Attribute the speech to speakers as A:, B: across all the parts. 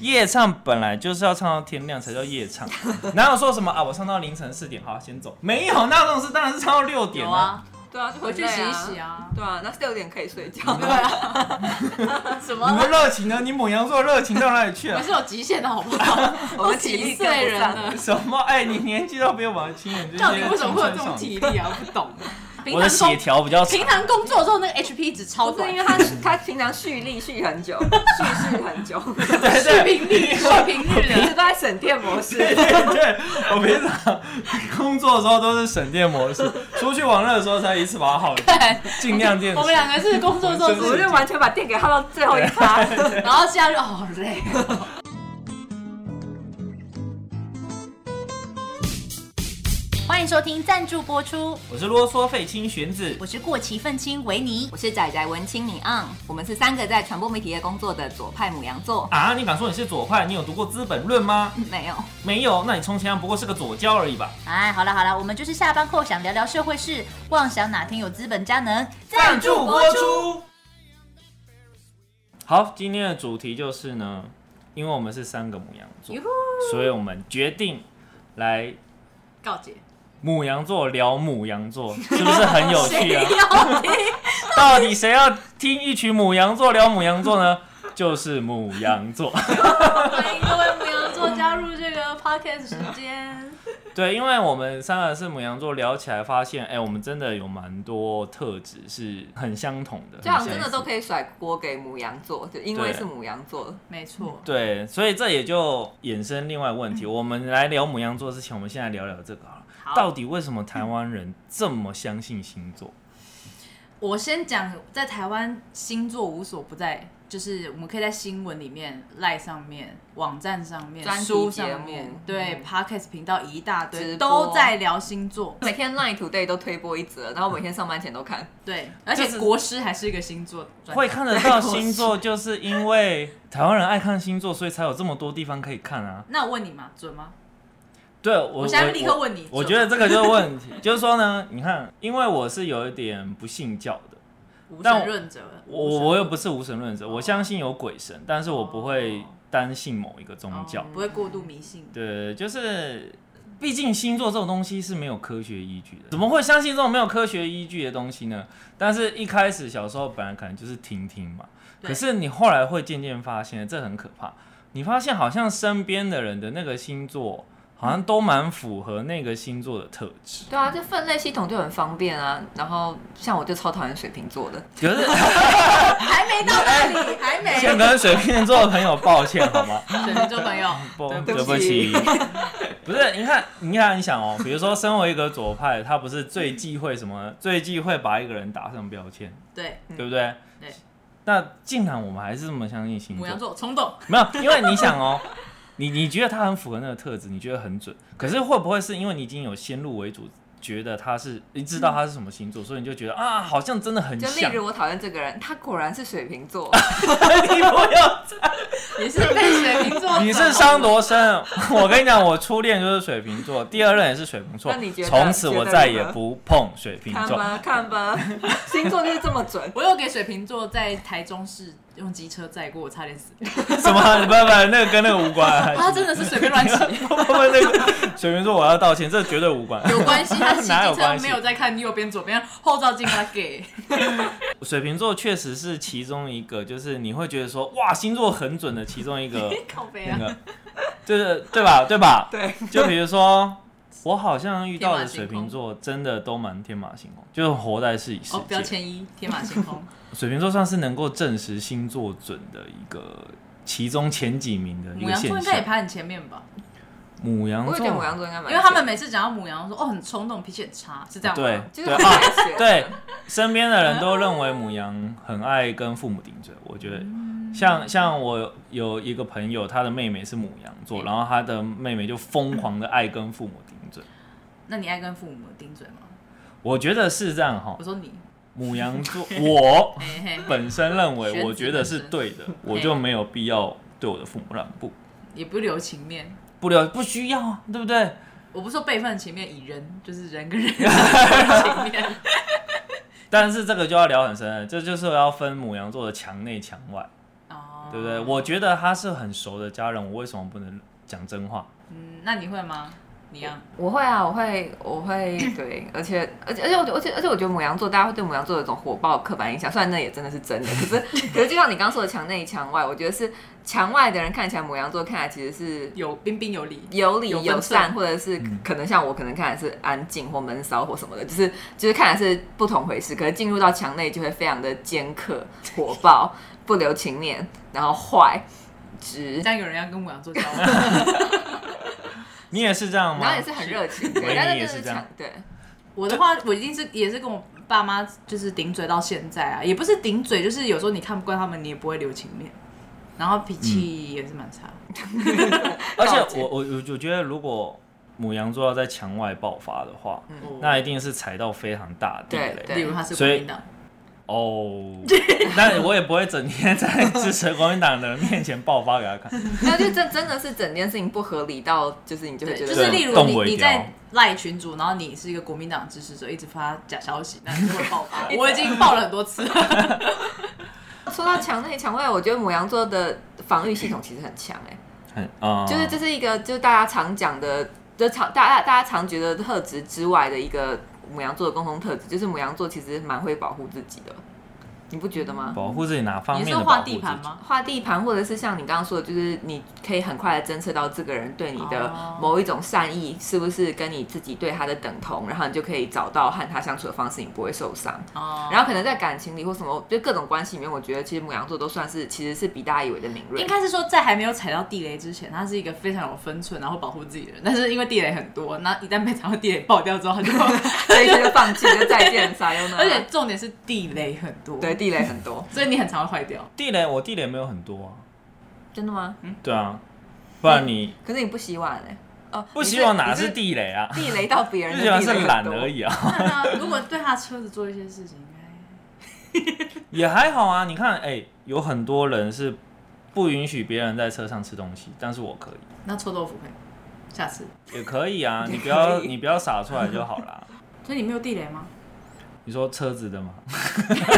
A: 夜唱本来就是要唱到天亮才叫夜唱，哪有说什么啊？我唱到凌晨四点，好先走？没有，那种事当然是唱到六点
B: 有
A: 啊。
B: 啊，
C: 对啊，就
B: 回
C: 很
B: 去
C: 累
B: 洗一
C: 啊嗯
B: 洗。啊。
C: 对啊，那六点可以睡觉。
B: 对啊， 什么
A: 你
B: 啦？
A: 们热情呢？你母羊座热情到哪里去啊
B: 我
A: 了
B: 们？是有极限的好不 好？
C: 我们
B: 都
C: 体
B: 几
C: 力
B: 岁
C: 跟不
B: 人
C: 上
B: 了，
A: 什么？哎、你年纪都比我们轻，你就是
B: 到底为什么会有这种
A: 青春少女
B: 体力啊？我不懂。平
A: 我的
B: 常
A: 血
B: 工
A: 条比较长
B: 平，常工作的时候，那个 HP 值超
C: 不是
B: 短
C: 因，为他 他平常蓄力蓄很 久，蓄蓄很 久，
A: 对对
B: 视
A: 对
B: 频率、视频率
C: 一直
B: 的
C: 都在省电模 式。
A: 对对对，我平常工作的时候都是省电模式， 出去玩乐的时候才一次把它耗掉，
B: 对。
A: 尽量电池。
B: 我们两个是工作的时候
A: 我们
C: 我
B: 是，
C: 就完全把电给耗到最后一发。
B: 然后现在就哦好累哦。 欢迎收听赞助播出，
A: 我是啰嗦费青玄子，
B: 我是过期愤青维尼。
C: 我是仔仔文青你昂，我们是三个在传播媒体业工作的左派母羊座。嗯
A: 啊，你敢说你是左派？你有读过《资本论》吗？
C: 没有，
A: 没有，那你充其量不过是个左交而已吧。
B: 哎，好了好了，我们就是下班后想聊聊社会事，妄想哪天有资本家能
A: 播出。好，今天的主题就是呢，因为我们是三个母羊座
B: 哟，
A: 所以我们决定来
B: 告解，
A: 母羊座聊母羊座，是不是很有趣啊？
B: 要听？
A: 到底谁要听一曲母羊座聊母羊座呢？就是母羊座。
B: 欢迎各位母羊座加入这个 podcast 时间。
A: 对，因为我们三个是母羊座，聊起来发现，哎、我们真的有蛮多特质是很相同的，
C: 这样
A: 很
C: 真
A: 相
C: 的
A: 似
C: 都可以甩锅给母羊座，就因为是母羊座。
B: 没错，
A: 对，所以这也就衍生另外问题。我们来聊母羊座之前，我们先来聊聊这个好了。
B: 嗯好
A: 到底为什么台湾人这么相信星座？
B: 我先讲，在台湾星座无所不在，就是我们可以在新闻里面、赖上面、网站上面、
C: 专题
B: 书
C: 节
B: 上
C: 目
B: 面，
C: 嗯
B: 对、podcast 频道一大堆
C: 直播
B: 都在聊星座。
C: 每天 Line Today 都推播一则，然后每天上班前都看。
B: 对，而且
A: 是
B: 国师还是一个星座专
A: 会看得到星座，就是因为台湾人爱看星座，所以才有这么多地方可以看啊。
B: 那我问你嘛，准吗？
A: 对我，
B: 我现在立刻问你
A: 我我
B: 准
A: 觉得这个就是问题， 就是说呢，你看，因为我是有一点不信教的，
B: 无
A: 但我
B: 神论者，无
A: 我
B: 神
A: 我又不是无神论
B: 哦
A: 者，我相信有鬼神，但是我不会单信某一个宗教。
B: 哦不会过度迷信。
A: 对，就是，毕竟星座这种东西是没有科学依据的，怎么会相信这种没有科学依据的东西呢？但是一开始小时候本来可能就是听听嘛，
B: 对
A: 可是你后来会渐渐发现，这很可怕。你发现好像身边的人的那个星座，好像都蛮符合那个星座的特质。
C: 对啊，这分类系统就很方便啊。然后像我就超讨厌水瓶座的，
A: 可是
B: 还没到那里，还 没。
A: 先跟水瓶座的朋友抱歉好吗？
B: 水瓶座朋 友，
A: 不，
B: 对
A: 对
B: 不
A: 不
C: 起
A: 起，不是，你看，你看，你想哦，比如说，身为一个左派，他不是最忌讳什么？最忌讳把一个人打上标签，
B: 对，
A: 对不对？
B: 对。
A: 那竟然我们还是这么相信星
B: 母羊
A: 座，
B: 座冲动，
A: 没有，因为你想哦，你你觉得他很符合那个特质，你觉得很准，可是会不会是因为你已经有先入为主，觉得他是，你知道他是什么星座，所以你就觉得啊，好像真的很
C: 就例
A: 像。啊
C: 如我讨厌这个人，他果然是水瓶座。
A: 你不要，
B: 也是被水瓶 座
A: 你是
B: 伤
A: 伤多深？ 我跟你讲，我初恋就是水瓶座，第二任也是水瓶座
C: 那你觉，得
A: 从此我
C: 觉得
A: 再
C: 如
A: 也
C: 何
A: 不碰水瓶
C: 看
A: 座。
C: 吧看吧， 星座就是这么准。
B: 我有给水瓶座在台中市用机车载过，我差点死。
A: 什么？不不，那个跟那个无关。
B: 他真的是随便 乱骑，
A: 不不，那个水瓶座我要道歉，这绝对无关。
B: 有关系。他 骑
A: 哪有
B: 机车
A: 关系
B: 没有在看右边左边，后照镜他给。
A: 水瓶座确实是其中一个，就是你会觉得说哇，星座很准的其中一个
B: 靠背
A: 那
B: 啊！
A: 个，就是对吧？对吧？
C: 对，
A: 就比如说。我好像遇到的水瓶座真的都蛮天马行空，就是活在自己世
B: 哦，标
A: 界。
B: 签一，天马行空。
A: 水瓶座算是能够证实星座准的一个其中前几名的一
B: 母
A: 个
B: 羊
A: 现
B: 座应该也
A: 象。
B: 排很前面吧？
A: 母羊
C: 我也觉
A: 座
C: 得母，羊座应该蛮准，
B: 因为他们每次讲到母羊，说哦很冲动，脾气很差，是这样吗？
A: 对
C: 就是
A: 对
C: 很
A: 啊，
C: 爱学的
A: 对，身边的人都认为母羊很爱跟父母顶嘴。我觉得，
B: 嗯
A: 像像我有一个朋友，他的妹妹是母羊座，然后他的妹妹就疯狂的爱跟父母顶嘴。
B: 那你爱跟父母顶嘴吗？
A: 我觉得是这样哈
B: 我，说你，
A: 母羊 座我
B: 嘿嘿，
A: 本身认为，
B: 选
A: 我
B: 子
A: 觉得
B: 本
A: 是
B: 身
A: 对的，我就没有必要对我的父母让步，
B: 也不留情面。
A: 不了不需要啊，对不对？
B: 我不是说辈分前面，以人就是人跟人之间的 情面。
A: 但是这个就要聊很深了，这就是要分母羊座的墙内墙外。
B: 哦，
A: 对不对？我觉得他是很熟的家人，我为什么不能讲真话？
B: 嗯，那你会吗？你啊，
D: 我会啊，我会，我会对，而且，而且，而且，我觉得，而且，而且，我觉得母羊座，大家会对母羊座有一种火爆刻板印象，虽然那也真的是真的，可是，可是就像你刚刚说的，墙内墙外，我觉得是墙外的人看起来母羊座看起来其实是
B: 有彬彬 有礼，
D: 有理
B: 有分
D: 有善，
B: 寸
D: 或者是
A: 嗯
D: 可能像我可能看来是安静或闷骚或什么的，就是就是看来是不同回事。可是进入到墙内就会非常的尖刻、火爆、不留情面，然后坏、直
B: 这，样有人要跟母羊座交往，
A: 你也是这样吗？
D: 然后也是很热情，
A: 维
D: 对，
A: 尼
D: 但
A: 也
D: 就是是
A: 这样
D: 墙对。
B: 我的话，我一定是也是跟我爸妈就是顶嘴到现在啊，也不是顶嘴，就是有时候你看不惯他们，你也不会留情面，然后脾气也是蛮差。
A: 而
D: 了
A: 且
D: 解
A: 我我我我觉得，如果母羊座要在墙外爆发的话，
B: 哦
A: 嗯那一定是踩到非常大的地
D: 嗯对
A: 雷
B: 例如他是国
A: 所以
B: 民党，
A: 哦。但我也不会整天在支持国民党的人面前爆发给他看。
D: 没有，就真真的是整件事情不合理到，就是你就会
B: 对，
D: 觉
B: 就
D: 得
B: 是
A: 对
B: 例如
A: 动
B: 你
A: 微
B: 你
A: 调
B: 在赖群主，然后你是一个国民党支持者，一直发假消息，那你就会爆 发。我已经爆了很多次了，
D: 啊说到墙内墙外，我觉得母羊座的防御系统其实很强哎、
A: 很啊，
D: 就是这是一个就是大家常讲的，就常大家大家常觉得特质之外的一个母羊座的共同特质，就是母羊座其实蛮会保护自己的，你不觉得吗？
A: 保护自己哪方
B: 你
A: 面
B: 是
A: 的
B: 画
A: 保护
B: 地
A: 自
B: 盘
A: 己？
B: 吗？
D: 画地盘，或者是像你刚刚说的，就是你可以很快的侦测到这个人对你的
B: 哦
D: 某一种善意是不是跟你自己对他的等同，然后你就可以找到和他相处的方式，你不会受伤。
B: 哦，
D: 然后可能在感情里或什么，就各种关系里面，我觉得其实母羊座都算是其实是比大家以为的敏锐
B: 应。该是说，在还没有踩到地雷之前，他是一个非常有分寸，然后保护自己的人。但是因为地雷很多，那一旦被踩到地雷爆掉之后，他 就，
D: 所以就放弃，就 再见，撒由那
B: 而且重点是地雷很多，
D: 对，地雷很多，
B: 所以你很常会坏掉。
A: 地雷我地雷没有很多啊，
D: 真的吗？
A: 对啊，不然你
D: 可是你不洗碗哎、哦，
A: 不希望哪
D: 你
A: 是
D: 你
A: 地雷啊？
D: 地雷到别
A: 不
D: 人，
A: 希望是懒而。已啊，
B: 那如果对他的车子做一些事情，应哎该
A: 也还好啊。你看，哎，有很多人是不允许别人在车上吃东西，但是我可以。
B: 那臭豆腐可以，下次。
A: 也可以啊，你不
D: 也
A: 要
D: 可以
A: 你不要撒出来就好啦。
B: 所以你没有地雷吗？
A: 你说车子的吗？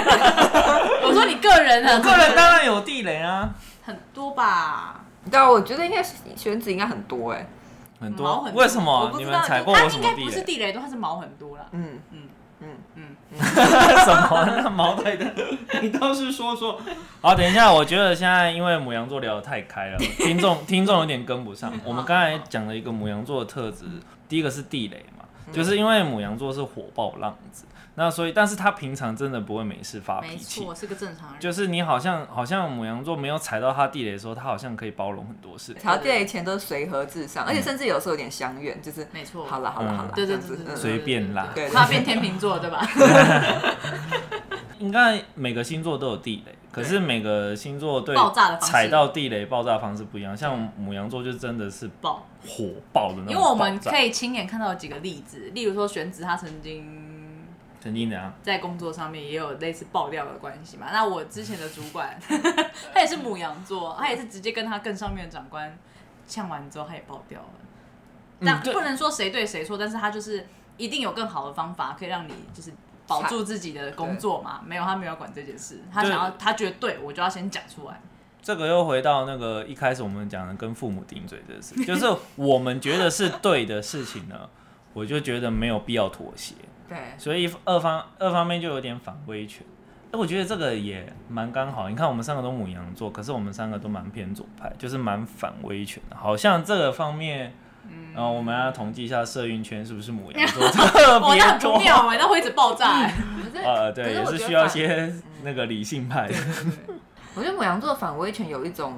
B: 我说你个人啊，
A: 个人当然有地雷啊，
B: 很多吧。
D: 对啊，我觉得应该是选址应该很多哎、
A: 很
B: 毛
A: 多。
B: 很多
A: 为什
D: 我
A: 么
D: 不知
A: 你
D: 道
A: 们踩过
B: 它
A: 我什
B: 啊应
A: 么
B: 该
A: 地
B: 不是
A: 雷？啊
B: 地雷多，它是毛很多啦。
D: 嗯
B: 嗯
D: 嗯，
B: 嗯，
A: 什么那毛对的？你倒是说说。好，等一下，我觉得现在因为母羊座聊得太开了，听众听众有点跟不 上。我们刚才讲了一个母羊座的特质，第一个是地雷嘛，
B: 嗯
A: 就是因为母羊座是火爆浪子，那所以但是他平常真的不会没事发
B: 没
A: 啊脾气
B: 错，。是个正常人。
A: 就是你好像好像母羊座没有踩到他地雷的时候，他好像可以包容很多事，
D: 调地雷前都是随和至上，而且甚至有时候有点相怨，就是
B: 没错
D: 好了好了
A: 嗯
D: 好了，
B: 对对
D: 这样
B: 对对
D: 子
B: 对，
D: 嗯
A: 随便啦
D: 对对对
B: 他变天秤座对吧？
A: 应该每个星座都有地雷，可是每个星座对
B: 爆炸的方式
A: 踩到地雷爆炸方式不一样。像母羊座就真的是
B: 爆，
A: 火 爆的那种爆炸，
B: 因为我们可以亲眼看到有几个例子，例如说玄子他曾经
A: 曾经怎样？
B: 在工作上面也有类似爆掉的关系嘛。那我之前的主管， 他也是母羊座，他也是直接跟他更上面的长官呛完之后，他也爆掉了。但
A: 嗯对
B: 不能说谁对谁错，但是他就是一定有更好的方法可以让你就是保住自己的工作嘛。没有，他没有管这件事，他想要他觉得对我就要先讲出来。
A: 这个又回到那个一开始我们讲的跟父母顶嘴这事， 就是我们觉得是对的事情呢，我就觉得没有必要妥协，
D: 对
A: 所以二方二方面就有点反威权。哎，我觉得这个也蛮刚好。你看，我们三个都母羊座，可是我们三个都蛮偏左派，就是蛮反威权的。好像这个方面，嗯，然后我们要统计一下社运圈是不是母羊 座特
B: 哇，
A: 别
B: 那很不
A: 多。
B: 妙哎、那会一直爆炸、欸。
D: 可是
A: 呃，
D: 可
A: 对，
D: 是
A: 也
D: 我
A: 是
D: 觉得
A: 需要一
D: 反
A: 些那个理性派的。
D: 我觉得母羊座反威权有一种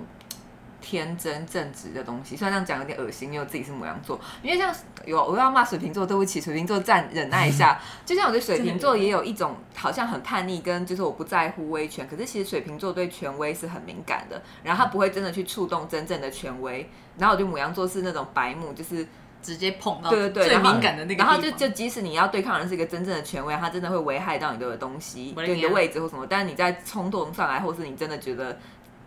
D: 天真正直的东西，虽然这样讲有点恶心，因为我自己是母羊座。因为像有我要骂水瓶座，对不起，水瓶座站忍耐一 下。就像我觉得水瓶座也有一种好像很叛逆，跟就是我不在乎威权，可是其实水瓶座对权威是很敏感的，然后他不会真的去触动真正的权威。然后我觉得母羊座是那种白目，就是
B: 直接碰到
D: 对对对
B: 最
D: 然后
B: 敏感的那个地
D: 然
B: 方
D: 后就就即使你要对抗的人是一个真正的权威，他真的会危害到你的东西，
B: 我的
D: 对你的
B: 天啊
D: 位置或什么。但是你在冲动上来，或是你真的觉得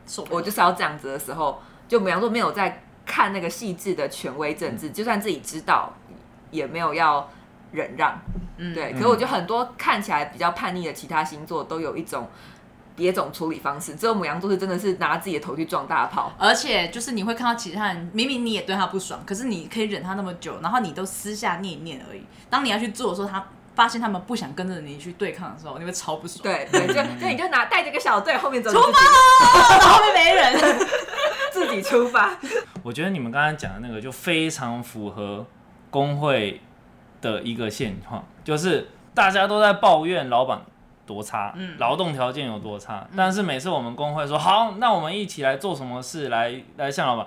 B: 受不了
D: 我就是要这样子的时候，就母羊座没有在看那个细致的权威政治，就算自己知道，也没有要忍让。
B: 嗯
D: 对，
A: 嗯
D: 可是我觉得很多看起来比较叛逆的其他星座都有一种别种处理方式，只有母羊座是真的是拿自己的头去撞大炮。
B: 而且就是你会看到其他人，明明你也对他不爽，可是你可以忍他那么久，然后你都私下念一念而已。当你要去做的时候，他发现他们不想跟着你去对抗的时候，你会超不爽。，
D: 对对，就就你就拿带着个小队后面走，
B: 出发然后后面没人。
D: 自己自己出发。
A: 我觉得你们刚刚讲的那个就非常符合工会的一个现况，就是大家都在抱怨老板多差，
B: 嗯
A: 劳动条件有多差，但是每次我们工会说好，那我们一起来做什么事来来向老板，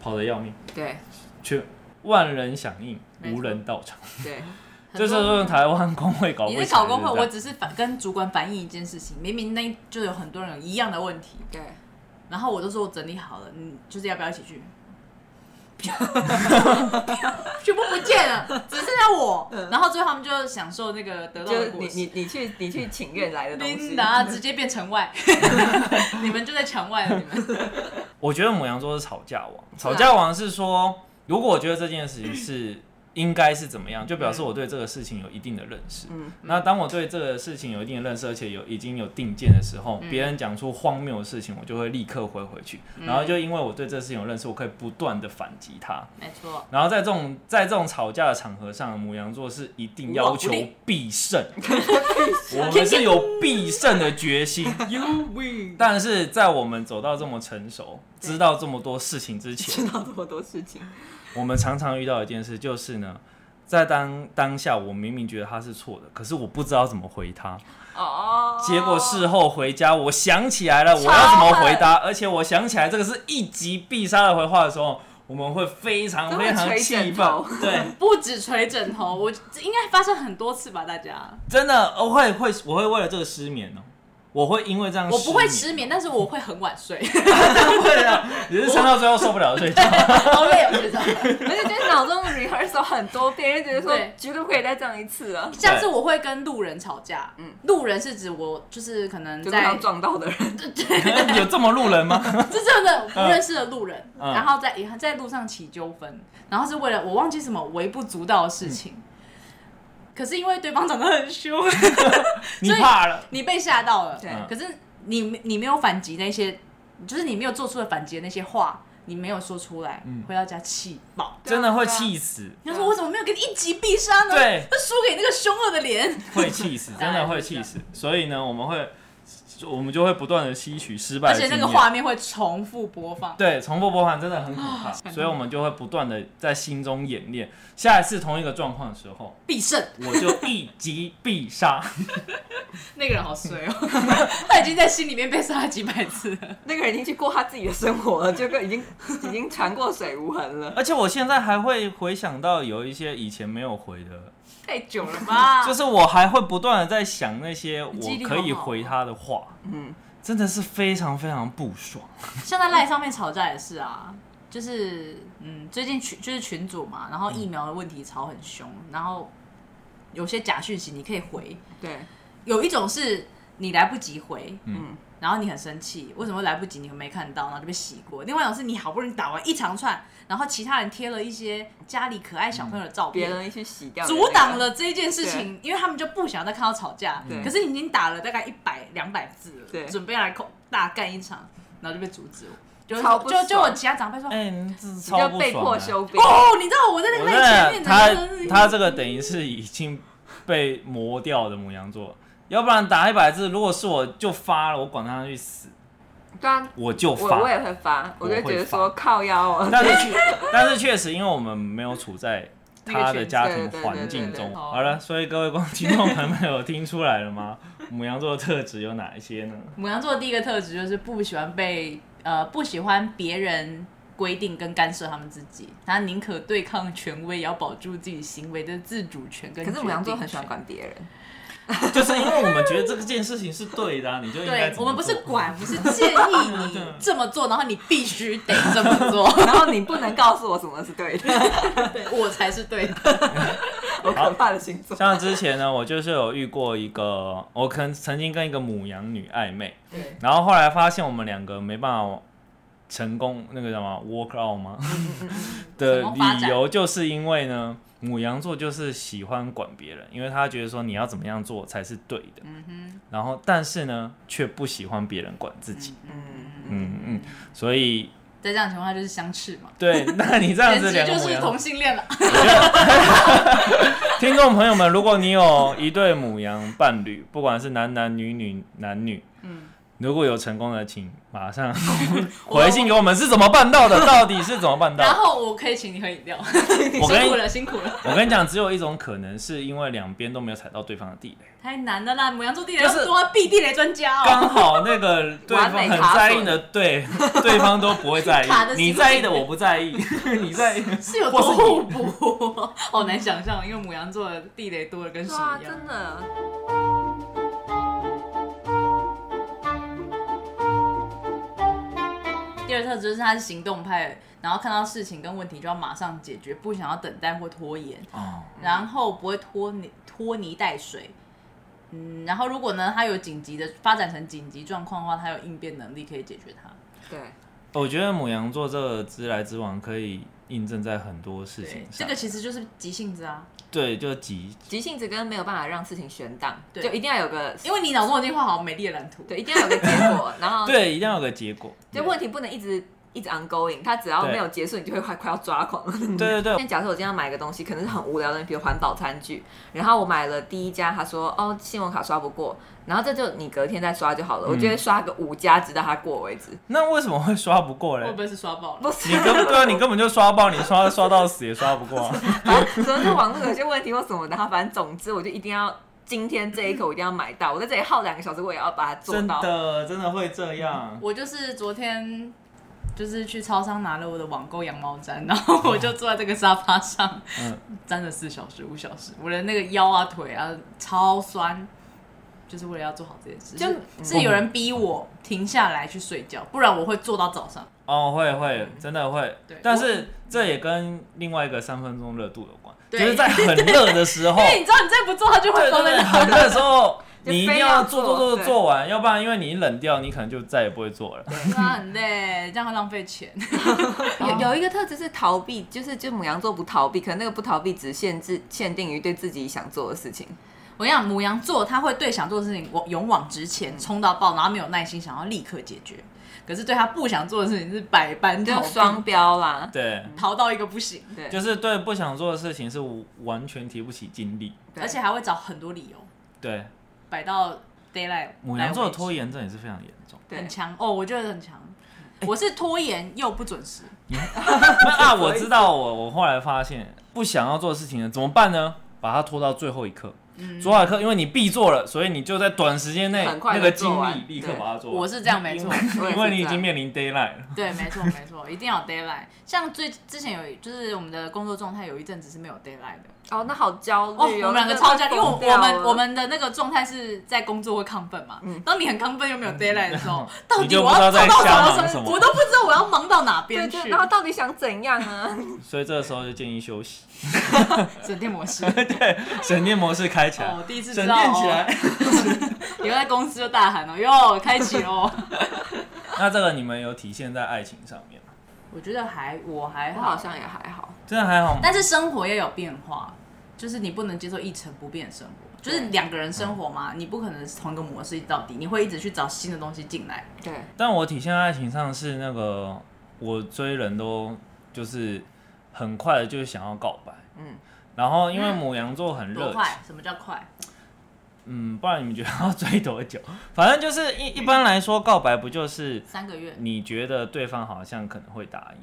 A: 跑得要命，
D: 对
A: 却万人响应，
B: 没错
A: 无人到场，
D: 对，
A: 这就是用台湾工会搞不起
B: 你
A: 来
B: 是搞工
A: 就是
B: 会，
A: 这
B: 我
A: 样
B: 只是反跟主管反映一件事情，明明那就有很多人有一样的问题，
D: 对，
B: 然后我都说我整理好了，你就是要不要一起去？全部不见了，只剩下 我。然后最后他们就享受那个得到
D: 嗯就
B: 的
D: 是
B: 果
D: 你
B: 实。
D: 你你去你去请愿来的东西
B: 琳， 达直接变城外，你们就在墙外了，你们。
A: 我觉得母羊座是吵架王，吵架王是说，如果我觉得这件事情是应该是怎么样，就表示我对这个事情有一定的认识。
D: 嗯
A: 那当我对这个事情有一定的认识，而且有已经有定见的时候，别、人讲出荒谬的事情，我就会立刻回回去。然后就因为我对这事情有认识，我可以不断的反击他。
B: 没错，
A: 然后在这种在这种吵架的场合上，母羊座是一定要求
B: 无往不利
A: 必胜，我们是有必胜的决心。
B: You win。
A: 但是在我们走到这么成熟，知道这么多事情之前，
D: 知道这么多事情，
A: 我们常常遇到一件事，就是呢，在当当下，我明明觉得他是错的，可是我不知道怎么回他。
D: 哦，
A: 结果事后回家，我想起来了，我要怎么回答？而且我想起来这个是一击必杀的回话的时候，我们会非常
D: 都会
A: 非常
D: 捶
A: 气
D: 枕
A: 愤
D: 头。
A: 对，
B: 不止捶枕头，我这应该发生很多次吧，大家。
A: 真的，我会会我会为了这个失眠哦、我会因为这样
B: 我不会
A: 失
B: 失眠，但是我会很晚睡，
A: 眠，对啊，只是撑到最后受不了睡觉。
B: 好累哦，睡着。
D: 而且就是脑中 rehearsal 很多遍，就觉得说
B: 对
D: 绝对不可以再这样一次了，
B: 下次我会跟路人吵架，嗯，路人是指我就是可能
D: 就
B: 在
D: 刚撞到的人，
A: 有这么路人 吗？
B: 是真的不认识的路人，
A: 嗯
B: 然后在在路上起纠纷，然后是为了我忘记什么微不足道的事情，可是因为对方长得很凶，
A: 你怕了。
B: 你被吓到了，
D: 对
A: 嗯
B: 可是你你没有反击那些，就是你没有做出的反击的那些话，你没有说出来，
A: 嗯
B: 回到家气爆。
A: 真的
B: 啊
A: 会气死，
B: 你就说我怎么没有给你一击必杀呢？
A: 对
B: 会输给那个凶恶的脸。
A: 会气死，真的会气死。所以呢，我们会，我们就会不断的吸取失败
B: 而
A: 的
B: 且
A: 经
B: 那
A: 验，
B: 个画面会重复播放。
A: 对，重复播放真的很可怕，
B: 哦
A: 所以我们就会不断的在心中演练，下一次同一个状况的时候，
B: 必胜，
A: 我就一击必杀。
B: 那个人好衰哦， 他已经在心里面被杀了几百次 了。
D: 那个人已经去过他自己的生活了，就跟已经 已经船过水无痕了，
A: 而且我现在还会回想到有一些以前没有回的，
B: 太久了
D: 啊
B: 吧？
A: 就是我还会不断的在想那些
B: 你记
A: 我
B: 忆力
A: 可以
B: 好好哦
A: 回他的话，
D: 嗯，
A: 真的是非常非常不爽。
B: 像在赖上面吵架也是啊，就是嗯，最近群就是群主嘛，然后疫苗的问题吵很凶，然后有些假讯息你可以回，
D: 对，
B: 有一种是你来不及回，
D: 嗯，
B: 然后你很生气，为什么会来不及？你没看到，然后就被洗过。另外一种是你好不容易打完一长串，然后其他人贴了一些家里可爱小朋友的照
D: 别
B: 片。
D: 人去洗掉的那个，
B: 阻挡了这一件事情，因为他们就不想要再看到吵架
D: 对。
B: 可是你已经打了大概一百两百字了，
D: 对
B: 准备来口大干一场，然后就被阻止我，就
D: 超不
B: 就就我
D: 爽
B: 其他长辈说，
A: 哎、你这
D: 你
A: 超
D: 就
A: 不爽、啊
D: 被迫休兵，
B: 哦，你知道我在那个
A: 我
B: 那个前
A: 真
B: 面
A: 的，
B: 的
A: 他
B: 那个
A: 他这个等于是已经被磨掉的母羊座，要不然打一百字，如果是我就发了，我管他去死，
D: 对啊，
A: 我就
D: 我我
A: 发。
D: 也会发，我就
A: 我会
D: 觉得
A: 发
D: 说靠腰哦，
A: 但是确但是确实，因为我们没有处在他的家庭环
D: 那个群
A: 境
D: 对对对
A: 中。
D: 对
A: 好了，所以各位观听众朋友有听出来了吗？母羊座的特质有哪一些呢？
B: 母羊座的第一个特质就是不喜欢被呃不喜欢别人规定跟干涉他们自己，他宁可对抗权威，也要保住自己行为的自主权跟。
D: 可是母羊座很喜欢。管别人，
A: 就是因为我们觉得这件事情是对的啊、你就应该
B: 对
A: 怎么
B: 我们不是
A: 做
B: 管，我们是建议你这么做，然后你必须得这么做，
D: 然后你不能告诉我什么是对的，
B: 对我才是对的。
D: 我可怕的星座，
A: 像之前呢，我就是有遇过一个，我可能曾经跟一个母羊女暧昧，
D: 对，
A: 然后后来发现我们两个没办法
B: 嗯
A: 成功，那个叫什么 work out 吗？的
B: 成功发展
A: 理由就是因为呢，母羊座就是喜欢管别人，因为他觉得说你要怎么样做才是对的，
B: 嗯哼，
A: 然后但是呢，却不喜欢别人管自己，
D: 嗯
A: 嗯嗯，所以
B: 在这样的情况下就是相斥嘛，
A: 对，那你这样子两
B: 简
A: 个
B: 直就
A: 母
B: 是
A: 羊
B: 同性恋了。
A: 听众朋友们，如果你有一对母羊伴侣，不管是男男女女男女，
B: 嗯，
A: 如果有成功的，请马上回信给我们是怎么办到的，到底是怎么办
B: 然
A: 到？
B: 后我可以请你喝饮料，
A: 我跟
B: 辛苦
A: 你
B: 了，辛苦了，
A: 我跟你讲，只有一种可能，是因为两边都没有踩到对方的地 雷，
B: 太难了啦！母羊座地雷
A: 就是
B: 要多避地雷专家哦，
A: 刚好那个对方很在意的，对对方都不会在意
B: 卡得，心
A: 你在意的我不在 意，你在意。
B: 是有多互补 哦，好难想象，因为母羊座的地雷多的跟屎一
D: 对啊，
B: 样。
D: 真的。
B: 第二特质就是他是行动派，然后看到事情跟问题就要马上解决，不想要等待或拖延，
D: 嗯
A: 哦，
B: 然后不会拖泥拖泥带水。嗯，然后如果呢，他有紧急的发展成紧急状况的话，他有应变能力可以解决它。
D: 对，
A: 我觉得母羊座这个知来之往可以印证在很多事情
B: 对，这
A: 上
B: 个，其实就是急性子啊，
A: 对，就急
D: 急性子跟没有办法让事情悬荡，
B: 对
D: 就一定要有个，
B: 因为你脑中已经画好美丽的蓝图。
D: 对，一定要有个结果，然
B: 哦
D: 后
A: 对，一定要有个结果。
D: 就问题不能一直一直 ongoing，它只要
A: 对
D: 没有结束，你就会快快要抓狂了。
A: 对对对，
D: 那假设我今天要买一个东西，可能是很无聊的东西，比如环保餐具，然后我买了第一家，他说哦信用卡刷不过，然后这就你隔天再刷就好了，我
A: 嗯
D: 就会刷个五家，直到它过为止。
A: 那为什么会刷不过嘞
B: 会？不会是刷爆了？
D: 不是
A: 你，根本对啊，你根本就刷爆，你刷刷到死也刷不过、啊。
D: 反正可能是网络有些问题或什么的，然后反正总之我就一定要今天这一刻我一定要买到，我在这里耗两个小时，我也要把它 做
A: 真
D: 到。
A: 的，啊真的会这样。
B: 我就是昨天就是去超商拿了我的网购羊毛毡，然后我就坐在这个沙发上，
A: 哦嗯
B: 站了四小时、五小时，我的那个腰啊、腿啊超酸，就是为了要做好这件事。
D: 就是
B: 是有人逼我停下来去睡觉，不然我会坐到早上。
A: 哦，会会，真的会
B: 对。
A: 但是这也跟另外一个三分钟热度有关，就
B: 对
A: 是在很热的 时候
B: 因，为哎你知道，你再不做，它就会
A: 对
B: 放
A: 对
B: 在
A: 对，
B: 那。
A: 很热的时候，
D: 就
A: 你一定
D: 非要
A: 做
D: 做
A: 做做
D: 对
A: 做完，要不然因为你冷掉，你可能就再也不会做了。
B: 对啊很累，这样会浪费钱。
D: 有有一个特质是逃避，就是就母羊座不逃避，可能那个不逃避只限制限定于对自己想做的事情。
B: 我跟你讲，母羊座他会对想做的事情我勇往直前，冲到爆，然后没有耐心，想要立刻解决。可是对他不想做的事情是百般逃
D: 就
B: 避
D: 双标啦，
A: 对，
B: 逃到一个不行，
D: 对，
A: 就是对不想做的事情是完全提不起精力。
D: 对
B: 而且还会找很多理由
A: 对，
B: 摆到 d a y l i g h t
A: 母羊座的拖延哎症也是非常严重。
D: 对
B: 很，强哦，我觉得很强。
A: 哎
B: 我是拖延又不准 时，
A: 那啊我知道我，我后来发现不想要做的事情了，怎么办呢？把它拖到最后一刻，
B: 嗯
A: 最后一刻，因为你必做了，所以你就在短时间内
D: 很快
A: 那
D: 地
A: 个精
D: 做完
A: 力立刻
D: 对
A: 把它做完。
B: 我是这样没错
A: 因为
D: 我也是
A: 因为你已
D: 这
A: 经
D: 样
A: 面临 d a y l i g h t 了。
B: 对，没错没错，一定要 d a y l i g h t 像最之前有就是我们的工作状态有一阵子是没有 d a y l i g h t 的，
D: 哦，那好焦虑
B: 哦，
D: 哦，
B: 我们两个超焦虑，因为我我们我们的那个状态是在工作会亢奋嘛。
D: 嗯
B: 当你很亢奋又没有 d a y l i g h t 的时候， 到
A: 嗯你
B: 底
A: 就
B: 我
A: 不知道
B: 要做
A: 在
B: 到
A: 瞎
B: 什
A: 忙
B: 么
A: 什
B: 程
A: 么
B: 度，我都不知道我要忙到哪
D: 对
B: 边
D: 对，
B: 去。
D: 然后到底想怎样 啊？
A: 所以这个时候就建议休息，
B: 省电 模式，
A: 省电模式开起来，
B: 哦，我第一次
A: 省
B: 知道
A: 电
B: 哦
A: 啊起来。
B: 以后在公司就大喊哦，哟，开启哦。
A: 那这个你们有体现在爱情上面吗？
B: 我觉得还我还
D: 我
B: 好
D: 好，像也还好，
A: 真的还好吗？
B: 但是生活也有变化，就是你不能接受一成不变的生活，就是两个人
D: 嗯
B: 生活嘛，你不可能是同一个模式到底，你会一直去找新的东西进来。
D: 对，
A: 但我体现在爱情上是那个，我追人都就是很快的就想要告白，
D: 嗯，
A: 然后因为母羊座很热
B: 多
A: 情，
B: 快？什么叫快？
A: 嗯，不然你们觉得要追多久？ 反正就是一一般来说，告白不就是
B: 三个月，
A: 你觉得对方好像可能会答应？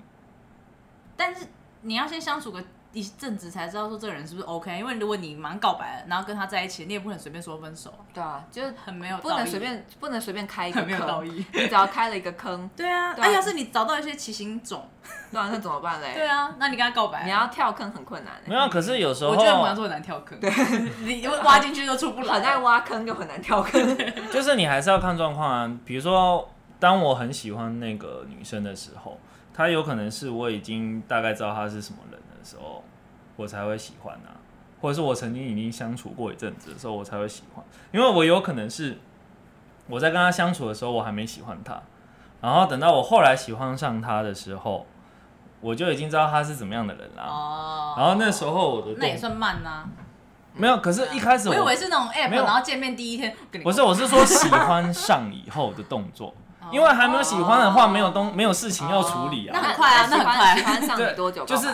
B: 但是你要先相处个一阵子才知道说这个人是不是 OK，因为如果你马上告白了，然后跟他在一起，你也不能随便说分手，
D: 对啊，就是
B: 很没有道义
D: 不 能随，便不能随便开一个
B: 很没有道
D: 坑，
B: 义。
D: 你只要开了一个坑，
B: 对啊，
D: 对啊
B: 哎，要是你找到一些奇形种，
D: 对啊，那怎么办嘞？
B: 对啊，那你跟他告白，
D: 你要跳坑很困难欸，
A: 没有，啊可是有时候
B: 嗯我觉得母羊座很难跳坑， 你挖进去就出不来。
D: 很爱挖坑又很难跳坑，
A: 就是你还是要看状况啊。比如说，当我很喜欢那个女生的时候，她有可能是我已经大概知道她是什么人的时候，我才会喜欢啊，或者是我曾经已经相处过一阵子的时候，我才会喜欢。因为我有可能是我在跟她相处的时候，我还没喜欢她，然后等到我后来喜欢上她的时候，我就已经知道他是怎么样的人啦。
B: 哦，
A: 然后那时候我的
B: 那也
A: 动
B: 算慢呐、
A: 没有，可是一开始
B: 我以为是那种 app，
A: 没有
B: 然后见面第一天跟你
A: 不是，我是说喜欢上以后的动作，
B: 哦
A: 因为还没有喜欢的话，没有东没有事情 要处理
B: 那
A: 啊。
B: 很快啊
D: 喜
B: 那很快
D: 欢喜欢上
A: 对
D: 你多久？
A: 就是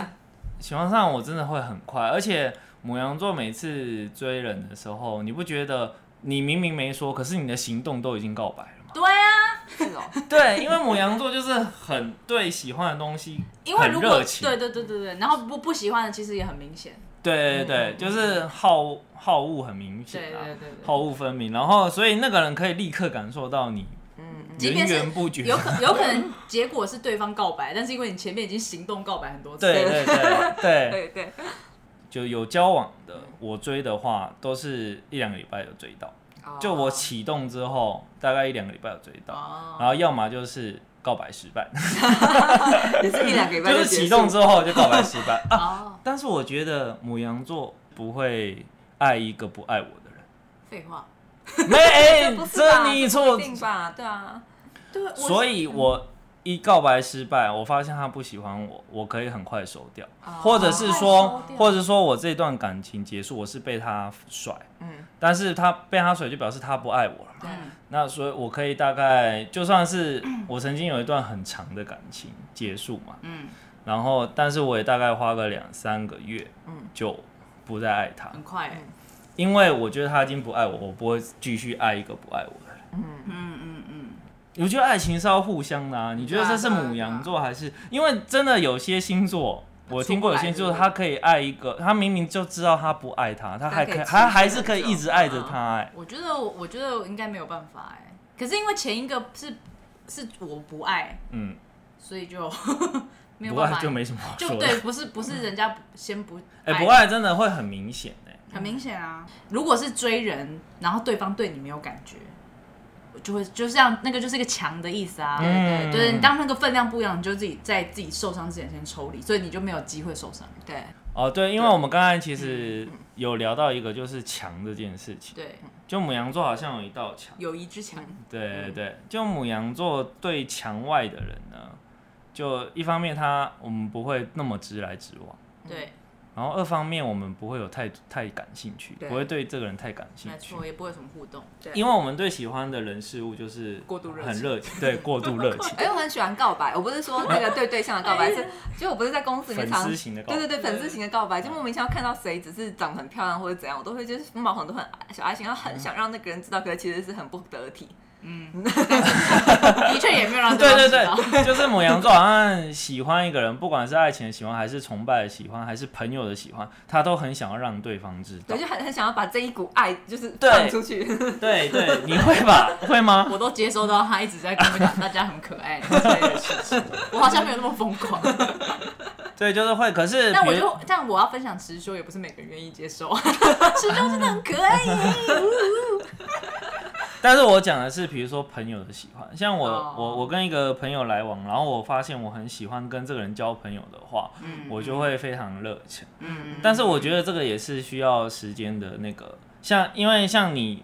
A: 喜欢上我真的会很快，而且母羊座每次追人的时候，你不觉得你明明没说，可是你的行动都已经告白了 吗？
B: 对啊，
D: 是 哦，
A: 对，因为母羊座就是很对喜欢的东西
B: 因为
A: 很
B: 如果
A: 热情，
B: 对对对对对，然后不不喜欢的其实也很明显，
A: 对对对，就是好好恶很明显
B: 对
A: 啊
B: 嗯对，对对，
A: 好恶分明，然后所以那个人可以立刻感受到你
D: 嗯，
B: 即
A: 源
B: 便是
A: 源不绝，
B: 有可有可能结果是对方告白，但是因为你前面已经行动告白很多次，
A: 对对 对对，
D: 对对，
A: 就有交往的，我追的话都是一两个礼拜有追到，
D: 哦
A: 就我启动之后大概一两个礼拜有追到，然
B: 哦，
A: 后要么就是告白失败，
D: 也是一两个礼 拜
A: 就是启动之
D: 后，
A: 后就告白失败啊。
B: 哦，
A: 但是我觉得母羊座不会爱一个不爱我的人，
B: 废话，
A: 没哎、
D: 不是吧
A: 这你错
D: 不一，定吧？对啊，
B: 对，我
A: 所以我。一告白失败，我发现他不喜欢我，我可以很快收掉，
D: 哦
A: 或者是说
B: 哦快收，掉
A: 或者说我这段感情结束，我是被他甩，
D: 嗯，
A: 但是他被他甩就表示他不爱我了嘛。
B: 嗯
A: 那所以我可以大概就算 是我曾经有一段很长的感情结束嘛，
B: 嗯，
A: 然后但是我也大概花个两三个月，
D: 嗯
A: 就不再爱他，
B: 很快欸，
A: 因为我觉得他已经不爱我，我不会继续爱一个不爱我的人。
B: 嗯嗯嗯，
A: 我觉得爱情是要互相的啊，你觉得这是母羊座还是？因为真的有些星座，我听过有些星座
D: 出不来
A: 他可以爱一个，他明明就知道他不爱他，他还可以
D: 但可以持续
A: 他还是可以
D: 很久
A: 一直爱着他、哎，
B: 我觉得我我觉得我应该没有办法哎，可是因为前一个是是我不爱，
A: 嗯。
B: 所以就没有
A: 不
B: 办
A: 爱
B: 法，
A: 就没什么好
B: 就
A: 说的。
B: 对，不是不是人家先不
A: 哎、不爱真的会很明显哎、
B: 很明显啊。如果是追人，然后对方对你没有感觉，就会就像那个就是一个强的意思啊。
A: 嗯
B: 就是你当那个分量不一样，你就自己在自己受伤之前先抽离，所以你就没有机会受伤。
D: 对，
A: 哦，对，因为我们刚才其实有聊到一个就是墙这件事情，
B: 对，
A: 就母羊座好像有一道墙，
B: 友谊之强，
A: 对
D: 嗯
A: 对对，就母羊座对墙外的人呢，就一方面他我们不会那么直来直往，
B: 对，
A: 然后二方面我们不会有太太感兴趣，
D: 对
A: 不会对这个人太感兴
B: 没
A: 趣
B: 错，，也不会有什么互动。
A: 因为我们对喜欢的人事物就是
D: 过度热情，
A: 很热情，对过度热情
D: 哎，我很喜欢告白，我不是说那个对对象的告 白，是就我不是在公司里面
A: 哎粉
D: 常
A: 丝。型的高
D: 对对对，粉丝型的告白，就莫名其妙看到谁只是长得很漂亮或者怎样，我都会就是毛孔都很小爱心，然后
A: 嗯
D: 很想让那个人知道，可是其实是很不得体。
B: 的确也没有 让
A: 对对
B: 方知道。
A: 对，就是母羊座好像喜欢一个人，不管是爱情的喜欢，还是崇拜的喜欢，还是朋友的喜欢，他都很想要让对方知道
D: 对，。就很很想要把这一股爱就是
A: 对
D: 放 出去。
A: 对对，你会吧？会吗？
B: 我都接收到他一直在跟我讲大家很可 爱之类的事情，我好像没有那么疯狂。
A: 对，就是会。可是
B: 但
A: 比
B: 我
A: 如，
B: 就但我要分享池修，也不是每个人愿意接受。池修真的很可爱耶。
A: 但是我讲的是，比如说朋友的喜欢，像我，
B: 哦
A: 我，我跟一个朋友来往，然后我发现我很喜欢跟这个人交朋友的话，
B: 嗯
A: 我就会非常热情。
B: 嗯
A: 但是我觉得这个也是需要时间的那个，像因为像你，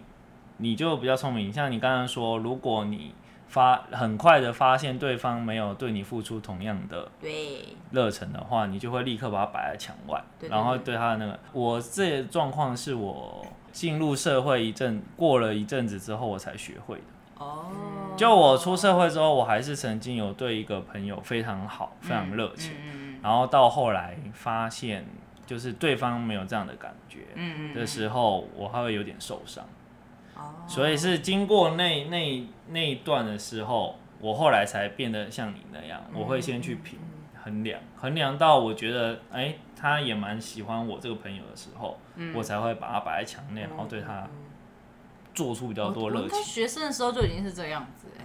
A: 你就比较聪明，像你刚刚说，如果你发很快的发现对方没有对你付出同样的
B: 对，
A: 热忱的话，你就会立刻把它摆在墙外，
B: 对对
A: 然后对他的那个，我这状况是我进入社会一阵，过了一阵子之后我才学会的。
B: 哦
A: 就我出社会之后，我还是曾经有对一个朋友非常好，非常热情。
B: 嗯
A: 然后到后来发现，就是对方没有这样的感觉
B: 嗯
A: 的时候，我还会有点受伤。
D: 哦
A: 所以是经过那那那一段的时候，我后来才变得像你那样，我会先
B: 嗯
A: 去评衡量，衡量到我觉得，哎，他也蛮喜欢我这个朋友的时候，
B: 嗯
A: 我才会把他摆在墙内，然后对
B: 哦
A: 他做出比较多
B: 我
A: 热
B: 应该
A: 情。
B: 学生的时候就已经是这样子哎。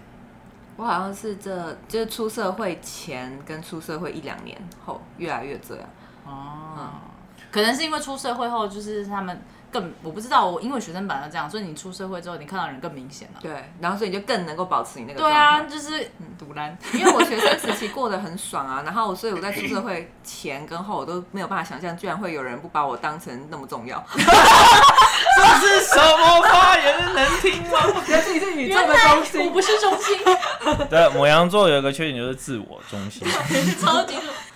D: 我好像是这就是出社会前跟出社会一两年后越来越这样。
B: 哦，可能是因为出社会后，就是他们更我不知道，我因为学生版要这样，所以你出社会之后，你看到人更明显了。
D: 对，然后所以你就更能够保持你那个
B: 对
D: 状
B: 啊，
D: 态。
B: 就是独蓝。
D: 因为我学生时期过得很爽啊，然后我所以我在出社会前跟后我都没有办法想象，居然会有人不把我当成那么重 要，
A: 这是什么发言能听吗？
D: 原来自己是宇宙的中
B: 我
D: 心。
B: 不是中心，
A: 对，母羊座有一个缺点就是自我中心。
B: 超级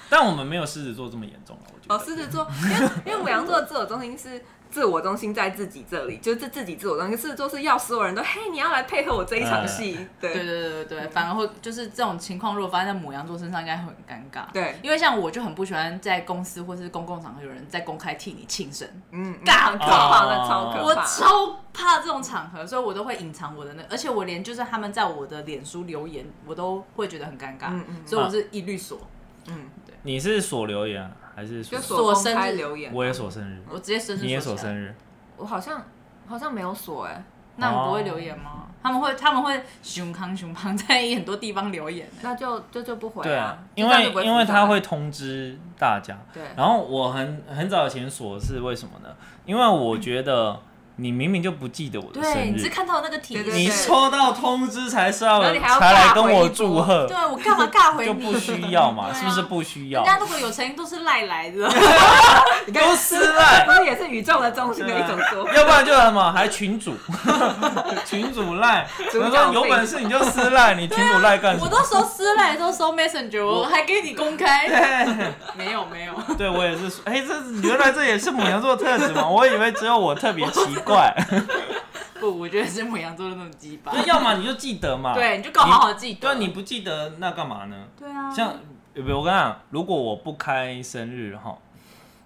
A: 但我们没有狮子座这么严重了，啊我觉得。
D: 哦，狮子座，因为因为母羊座的自我中心是自我中心在自己这里，就是自己自我中心。狮子座是要所有人都嘿，你要来配合我这一场戏，啊对
B: 对对对对对，反而会就是这种情况，如果发生在母羊座身上，应该很尴尬。
D: 对
B: 因为像我就很不喜欢在公司或是公共场合有人在公开替你庆生，
D: 嗯，嗯
B: 尬
D: 很可怕，
A: 哦
D: 那超可
B: 我
D: 怕。
B: 超怕这种场合，所以我都会隐藏我的那，而且我连就是他们在我的脸书留言，我都会觉得很尴尬，
D: 嗯嗯
B: 所以我是一律锁，
D: 嗯，
A: 你是锁留言啊还是
D: 就
A: 锁？
D: 锁
B: 锁
D: 公开
B: 生日
D: 留言，啊
A: 我也锁生日，
B: 我直接生日
A: 你也锁
B: 锁起来
A: 生日，
D: 我好像好像没有锁哎、
B: 那你不会留言
A: 哦
B: 吗？他们会他们会熊康熊康在很多地方留言、
D: 那就就就不回
A: 对啊，因
D: 这样就
A: 为
D: 不会
A: 因为
D: 浮上
A: 他
D: 来
A: 会通知大家。
D: 对
A: 然后我很很早以前锁是为什么呢？因为我觉得你明明就不记得我的
C: 对
A: 生
C: 你只
A: 日，
C: 看到那个提
D: 对对
A: 你
C: 示，
A: 收到通知才是要
D: 然后你还要
A: 才来
D: 尬
A: 跟
D: 回
A: 我
D: 一波
A: 祝贺，
B: 对我干嘛尬回
A: 就
B: 你？
A: 不需要嘛，
B: 对啊
A: 是不是不需要
B: 人？家如果有成因都是赖来的，
D: 你看
A: 都撕赖
D: 不，是也是宇宙的中心的一种说 法。
A: 要不然就什么还群主， 群主赖，
D: 主
A: 我
D: 长
A: 说有
D: 辈
A: 本事你就私 赖，你群主赖干什
B: 我
A: 么？
B: 都收私赖，都收 Messenger，我还给你公开，
A: 对，
B: 没有没有，
A: 对我也是说，哎，这原来这也是母羊座特质嘛，我以为只有我特别奇 怪，
B: 不，我觉得是母羊座的那种鸡巴
A: 就，要么你就记得嘛，
B: 对，你就给我好好记
A: 对
B: 得，
A: 啊，你不记得那干嘛呢？
B: 对啊，
A: 像呃不我跟你讲，如果我不开生日哈，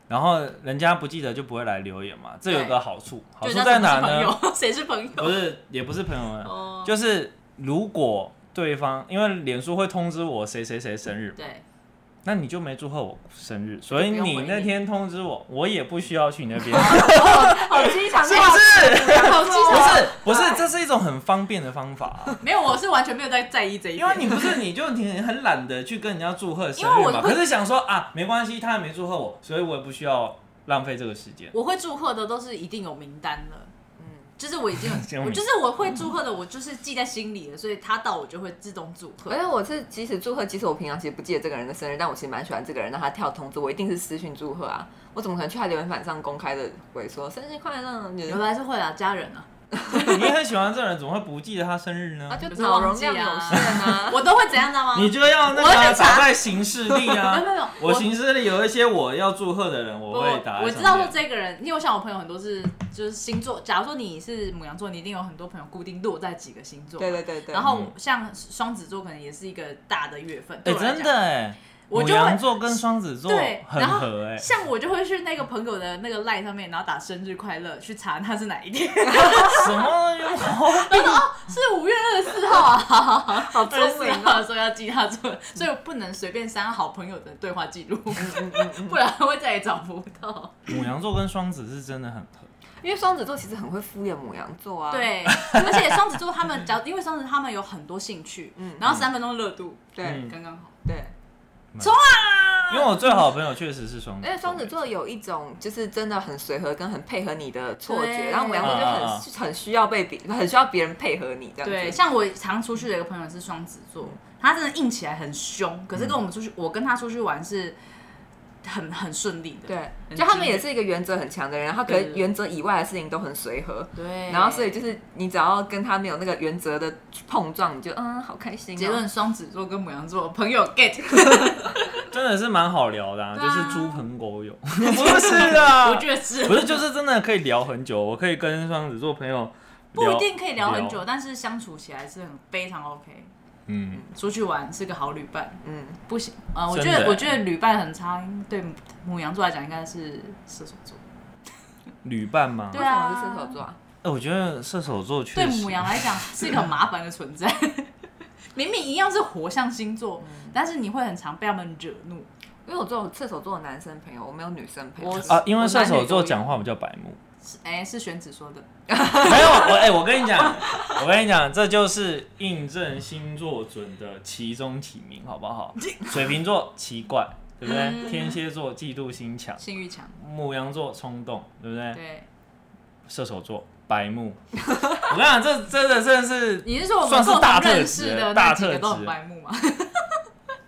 A: 然后人家不记得就不会来留言嘛，这有
D: 对
A: 个好处，好
B: 就
A: 处
B: 人家
A: 在哪
B: 怎么是
A: 呢？
B: 朋友？ 谁是朋友？
A: 不是，也不是朋友啊们，
B: 哦
A: 就是如果对方因为脸书会通知我谁谁谁生日嘛，
B: 对，
A: 那你就没祝贺我生日，所以
D: 不用
A: 你
D: 回
A: 那
D: 你
A: 天通知我，我也不需要去你那边，
D: 好机场，
A: 是不是？
B: 好记
A: 不
B: 得
A: 是，不是，这是一种很方便的方法 啊、
B: 没有，我是完全没有在在意这一
A: 因
B: 点
A: 为。你不是你就挺很懒得去跟人家祝贺生
B: 因为
A: 日
B: 我
A: 嘛，
B: 会
A: 可是想说啊，没关系，他还没祝贺我，所以我也不需要浪费这个时 间。
B: 我会祝贺的都是一定有名单了。就是我 已经
A: 先
B: 有，
A: 问
B: 我
A: 你
B: 就是我会祝贺的，我就是记在心里了，所以他到我就会自动祝
D: 而
B: 贺。
D: 且我是即使祝贺，即使我平常其实不记得这个人的生日，但我其实蛮喜欢这个人，让他跳通知，我一定是私讯祝贺啊！我怎么可能去他留言板上公开的回说生日快乐？你
B: 原来是会啊，家人啊，
A: 你很喜欢这个人，怎么会不记得他生日呢
D: 啊，？就脑容量有限 啊！
B: 我都会怎样的吗？
A: 你就要那
B: 我会
A: 个
B: 去查
A: 打在行事历啊
B: 没 有没有没有，
A: 我
B: 我
A: 行事历有一些我要祝贺的人，我会打
B: 我
A: 在
B: 我
A: 上
B: 知道说
A: 面
B: 这个人，因为我像我朋友很多是就是星座，假如说你是母羊座，你一定有很多朋友固定落在几个星座。
D: 对对对对，
B: 然后
A: 嗯
B: 像双子座可能也是一个大的月份，
A: 哎、
B: 对我来
A: 真
B: 讲
A: 的哎、
B: 我
A: 母
B: 就会
A: 羊座跟双子座
B: 对，
A: 很
B: 然后
A: 合 哎、
B: 像我就会去那个朋友的那个 line 上面，然后打生日快乐，去查他是哪一 天，
A: 什么 有毛病？
B: 是五月二十四号啊，
D: 好啊
B: 二十四号的时候要记他
D: 嗯
B: 做，所以我不能随便删好朋友的对话记录，
D: 嗯
B: 不然会再也找不到。
A: 母羊座跟双子是真的很合，
D: 因为双子座其实很会敷衍母羊座啊。
B: 对，而且双子座他们，只要因为双子他们有很多兴趣，
D: 嗯
B: 然后三分钟热度，
D: 对
A: 嗯
B: 刚刚好。
D: 对，
A: 因为我最好的朋友确实是双子，
B: 哎
D: 而且双子座有一种就是真的很随和跟很配合你的错觉，
B: 对
D: 然后母羊座就很、
A: 啊
D: 很需要被别很需要别人配合你这样子。
B: 对，像我常出去的一个朋友是双子座，他真的硬起来很凶，可是跟我们出去，我跟他出去玩是很很顺利的。
D: 对，
B: 很
D: 就他们
B: 经典
D: 也是一个原则很强的人，然后可
B: 对
D: 能原则以外的事情都很随和。
B: 对，
D: 然后，所以就是你只要跟他没有那个原则的碰撞，你就嗯，好开心、哦。
B: 结论：双子座跟母羊座 朋友 get，
A: 真的是蛮好聊的、啊，
B: 对
A: 就
B: 啊
A: 是猪朋狗 友，不是啊，
B: 我觉得是
A: 不是就是真的可以聊很久，我可以跟双子座朋友
B: 不
A: 聊
B: 一定可以聊很久，，但是相处起来是很非常 OK。
A: 嗯，
B: 出去玩是个好旅伴，
D: 嗯，
B: 不行，呃，我
A: 真
B: 觉
A: 的
B: 得
A: 欸
B: 我觉得旅伴很差，因为对母羊座来讲应该是射手座。
A: 旅伴嘛。
B: 对
D: 为什么是射手座啊？
A: 哎、我觉得射手座
B: 对
A: 确实
B: 母羊来讲是一个很麻烦的存在。 明明一样是火象星座，
A: 嗯
B: 但是你会很常被他们惹怒。
D: 因为我只有射手座的男生朋友，我没有女生朋友。
B: 我
A: 啊，因为射
B: 我男
A: 手
B: 女都
A: 座
B: 有
A: 讲话比较白目。
B: 是哎、是玄子说的，
A: 没有，我哎、我跟你讲，我跟你讲，这就是印证星座准的其中几名，好不好？水瓶座奇怪，对不对？天蝎座嫉妒心强，
B: 性欲强，
A: 牧羊座冲动，对不对？
B: 对，
A: 射手座白目。我跟你讲，这真的真的是
B: 你是说我们
A: 算是
B: 共
A: 大
B: 同
A: 特
B: 认
A: 质
B: 识的那
A: 大
B: 几个
A: 特
B: 都很
A: 质。嗯
B: 白目吗？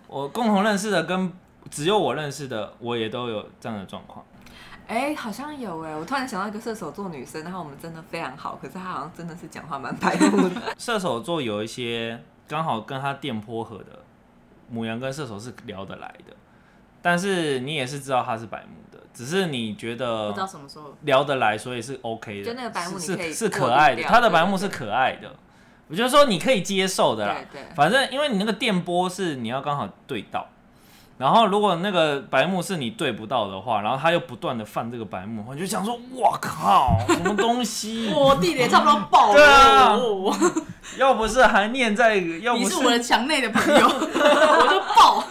A: 我共同认识的跟只有我认识的，我也都有这样的状况。
D: 哎、好像有哎、我突然想到一个射手座女生，然后我们真的非常好，可是她好像真的是讲话蛮白目的。
A: 射手座有一些刚好跟他电波合的，母羊跟射手是聊得来的，但是你也是知道他是白目的，只是你觉
B: 不
A: 得
B: 知道什么时候。
A: 聊得来，所以是 OK 的。
D: 就那个白目
A: 是
D: 你可以
A: 是是
D: 过
A: 可
D: 滤
A: 爱的，
D: 掉
A: 他的
D: 对
A: 白目
D: 对
A: 是可爱的，我觉得说你可以接受的啦。
D: 对对
A: 反正因为你那个电波是你要刚好对到，然后如果那个白目是你对不到的话，然后他又不断的犯这个白目，我就想说，哇靠，什么东 西？
B: 我地点差不多爆
A: 对啊
B: 哦
A: 要不是还念在，要
B: 你
A: 不
B: 是我的墙内的朋友，我就爆。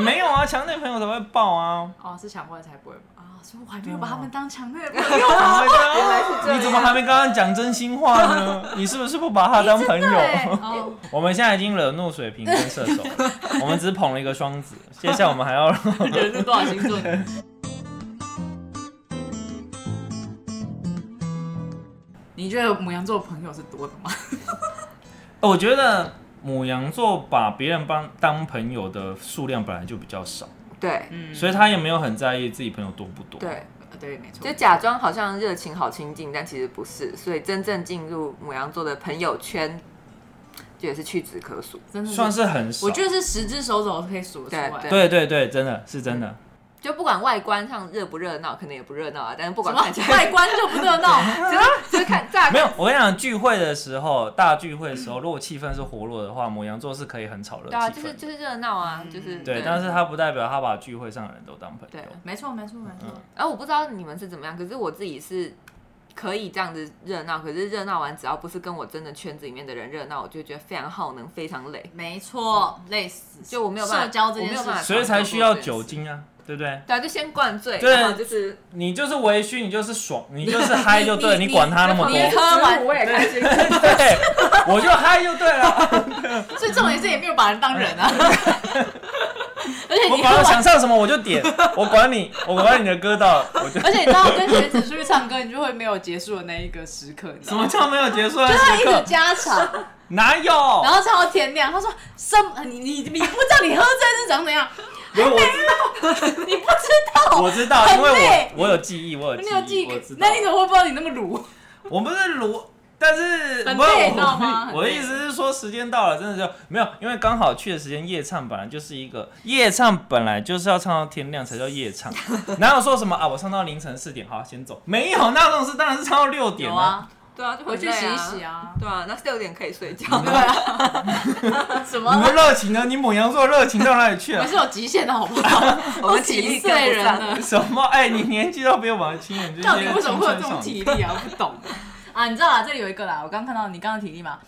A: 没有啊，墙内朋友才会爆啊。
B: 哦，是墙外才不会吧啊，所以我还没有把他们当墙内的朋友。
A: 原
D: 啊来是这样
A: 你怎么还没刚刚讲真心话 呢？你是不是不把他当朋友？
D: 欸
B: 哦，
A: 我们现在已经惹怒水瓶跟射手了，我们只捧了一个双子，接下来我们还要
B: 人是多少星座的？你觉得母羊座朋友是多的吗？
A: 我觉得母羊座把别人帮当朋友的数量本来就比较少，
D: 对
B: 嗯，
A: 所以他也没有很在意自己朋友多不多。，
D: 对，
B: 呃对，没错，
D: 就假装好像热情好亲近，但其实不是，所以真正进入母羊座的朋友圈，也是屈指可数。
B: 真的
A: 算，是很少。
B: 我觉得是十只手肘可以数得出来。
A: 对
D: 对
A: 对对，真的是真的。
D: 就不管外观上热不热闹，可能也不热闹啊，但是不
B: 什
D: 管看起
B: 么
D: 来，
B: 外观就不热闹，
D: 就是看乍
A: 没有，我跟你讲，聚会的时候，大聚会的时候，如果气氛是活络的话，母羊座是可以很吵热
D: 对啊，
A: 气
D: 就
A: 氛
D: 是
A: 的。
D: 就是热闹啊，
B: 嗯
D: 就是
A: 对，但是他不代表他把聚会上的人都当朋
D: 对
A: 友。
B: 没错，没错，没错。
D: 然后我不知道你们是怎么样，可是我自己是可以这样子热闹，可是热闹完只要不是跟我真的圈子里面的人热闹，我就觉得非常耗能，非常累。
B: 没错，累死！
D: 就我没有办法
B: 社交这件
D: 我没有办
B: 事
D: 法
B: 情，
A: 所以才需要酒精啊，对不对？
D: 对啊，就先灌醉，
A: 对
D: 然后就是
A: 你就是微醺，你就是爽，你就是嗨就对了，
B: 你
A: 你管他那么多。
B: 你
A: 对，
B: 喝完
D: 我也开心。
A: 我就嗨就对了。
B: 所以重点是也没有把人当人啊。 而且
A: 我
B: 你
A: 管
B: 喝
A: 我
B: 完，
A: 想唱什么我就点，我管你，我管你的歌到，我就
B: 而且你知道跟学子出去唱歌，你就会没有结束的那一个时刻，你
A: 什
B: 知道吗
A: 么？叫没有结束的
B: 就啊他一
A: 时刻哦
B: 直？加长，
A: 哪有？
B: 然后唱到天亮。他说：“什么？你你你不知道你喝醉是长怎样？
A: 没有，我知
B: 你不知道，
A: 道，我知道，因
B: 很
A: 为
B: 累
A: 我我有记忆， 我有
B: 你有
A: 记
B: 记
A: 忆，我知道
B: 那。你怎么会不知道你那么鲁？
A: 我不是卢，但是
B: 很
A: 不是
B: 累
A: 我
B: 你知道吗
A: 我的意思是说，时间到了，真的就没有，因为刚好去的时间夜唱本来就是一个夜唱，本来就是要唱到天亮才叫夜 唱，哪有说什么啊？我唱到凌晨四点，好先走，没有那种事，当然是唱到六点
B: 有
A: 啊。
B: 啊，
D: 对啊，就
B: 回
D: 很
B: 去
D: 累
B: 洗一洗。啊。
D: 对啊，那六点可以睡觉。
A: 嗯
B: 对啊， 什么
A: 你？的热情呢？你母羊座热情到哪里去啊
B: 我
A: 了
B: 们？是有极限的好不 好？
D: 我
B: 都
D: 们体力
B: 几
D: 跟不
B: 岁人
D: 上
B: 了？
A: 什么？哎、你年纪都比我们轻，你就
B: 到底为什么会有这种
A: 题？
B: 体力啊？ 我不懂啊！你知道啊，这里有一个啦，我刚看到你刚刚的体力嘛。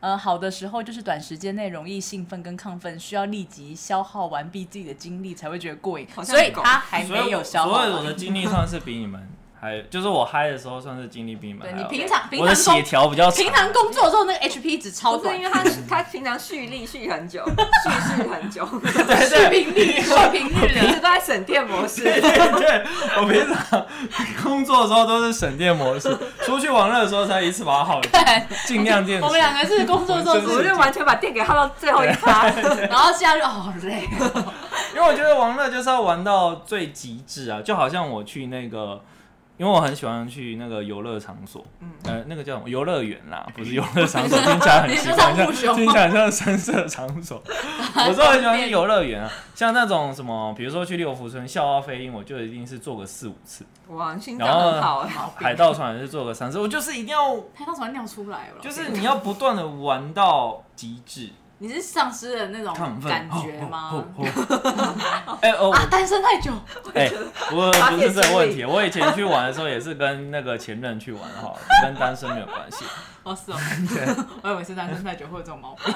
B: 呃，好的时候就是短时间内容易兴奋跟亢奋，需要立即消耗完毕自己的精力才会觉得过瘾，
D: 好像
B: 所以
D: 狗
B: 他还
A: 所以
B: 没有
A: 我，
B: 消耗
A: 所
B: 完。
A: 以我的精力算是比你们还，就是我嗨的时候算是精力比你们
B: 对
A: 还
B: 你
A: 要
B: 平常平
A: 我的
B: 常
A: 血
B: 工
A: 条比较长
B: 平。常工作的时候，那 个 HP 值超
D: 不是
B: 短
D: 因， 为他他平常蓄力蓄很久，蓄蓄很 久，平
A: 对
B: 视
A: 对
B: 频率视频率
D: 时
B: 的，
D: 都在省电模 式。
A: 对对对，我平常工作的时候都是省电模 式，出去玩乐的时候才一次把它耗掉，尽量电池。
B: 我们两个是工作的时候
D: 我
A: 我就
B: 是，
D: 就完全把电给耗到最后一发。
B: 然后现在就哦好累，
A: 因为我觉得玩乐就是要玩到最极致啊，就好像我去那个，因为我很喜欢去那个游乐场所，
D: 嗯
A: 呃，那个叫什么游乐园啦，不是游乐场所，听起来很奇怪，
B: 嗯 你说像
A: 像
B: 木熊
A: 听起来像深色场 所。我是很喜欢去游乐园啊，像那种什么，比如说去六福村笑傲飞鹰，我就一定是做个四五次，
D: 哇，心
A: 然
D: 脏
A: 后
D: 很好哎。
A: 海盗船也是做个三次，我就是一定要，
B: 拍到船尿出来哦了，
A: 就是你要不断的玩到极致，
B: 你是丧失了那种
A: 亢奋
B: 感觉吗？？
A: 哦哦哦哎哦，我
B: 啊，单身太久，
A: 哎、我
D: 发
A: 不
D: 泄
A: 是这
D: 精
A: 个问
D: 力
A: 题，我以前去玩的时候也是跟那个前任去玩哈， 跟单身没有关系。
B: 哦 是哦，我以为是单身太久会有这种毛病，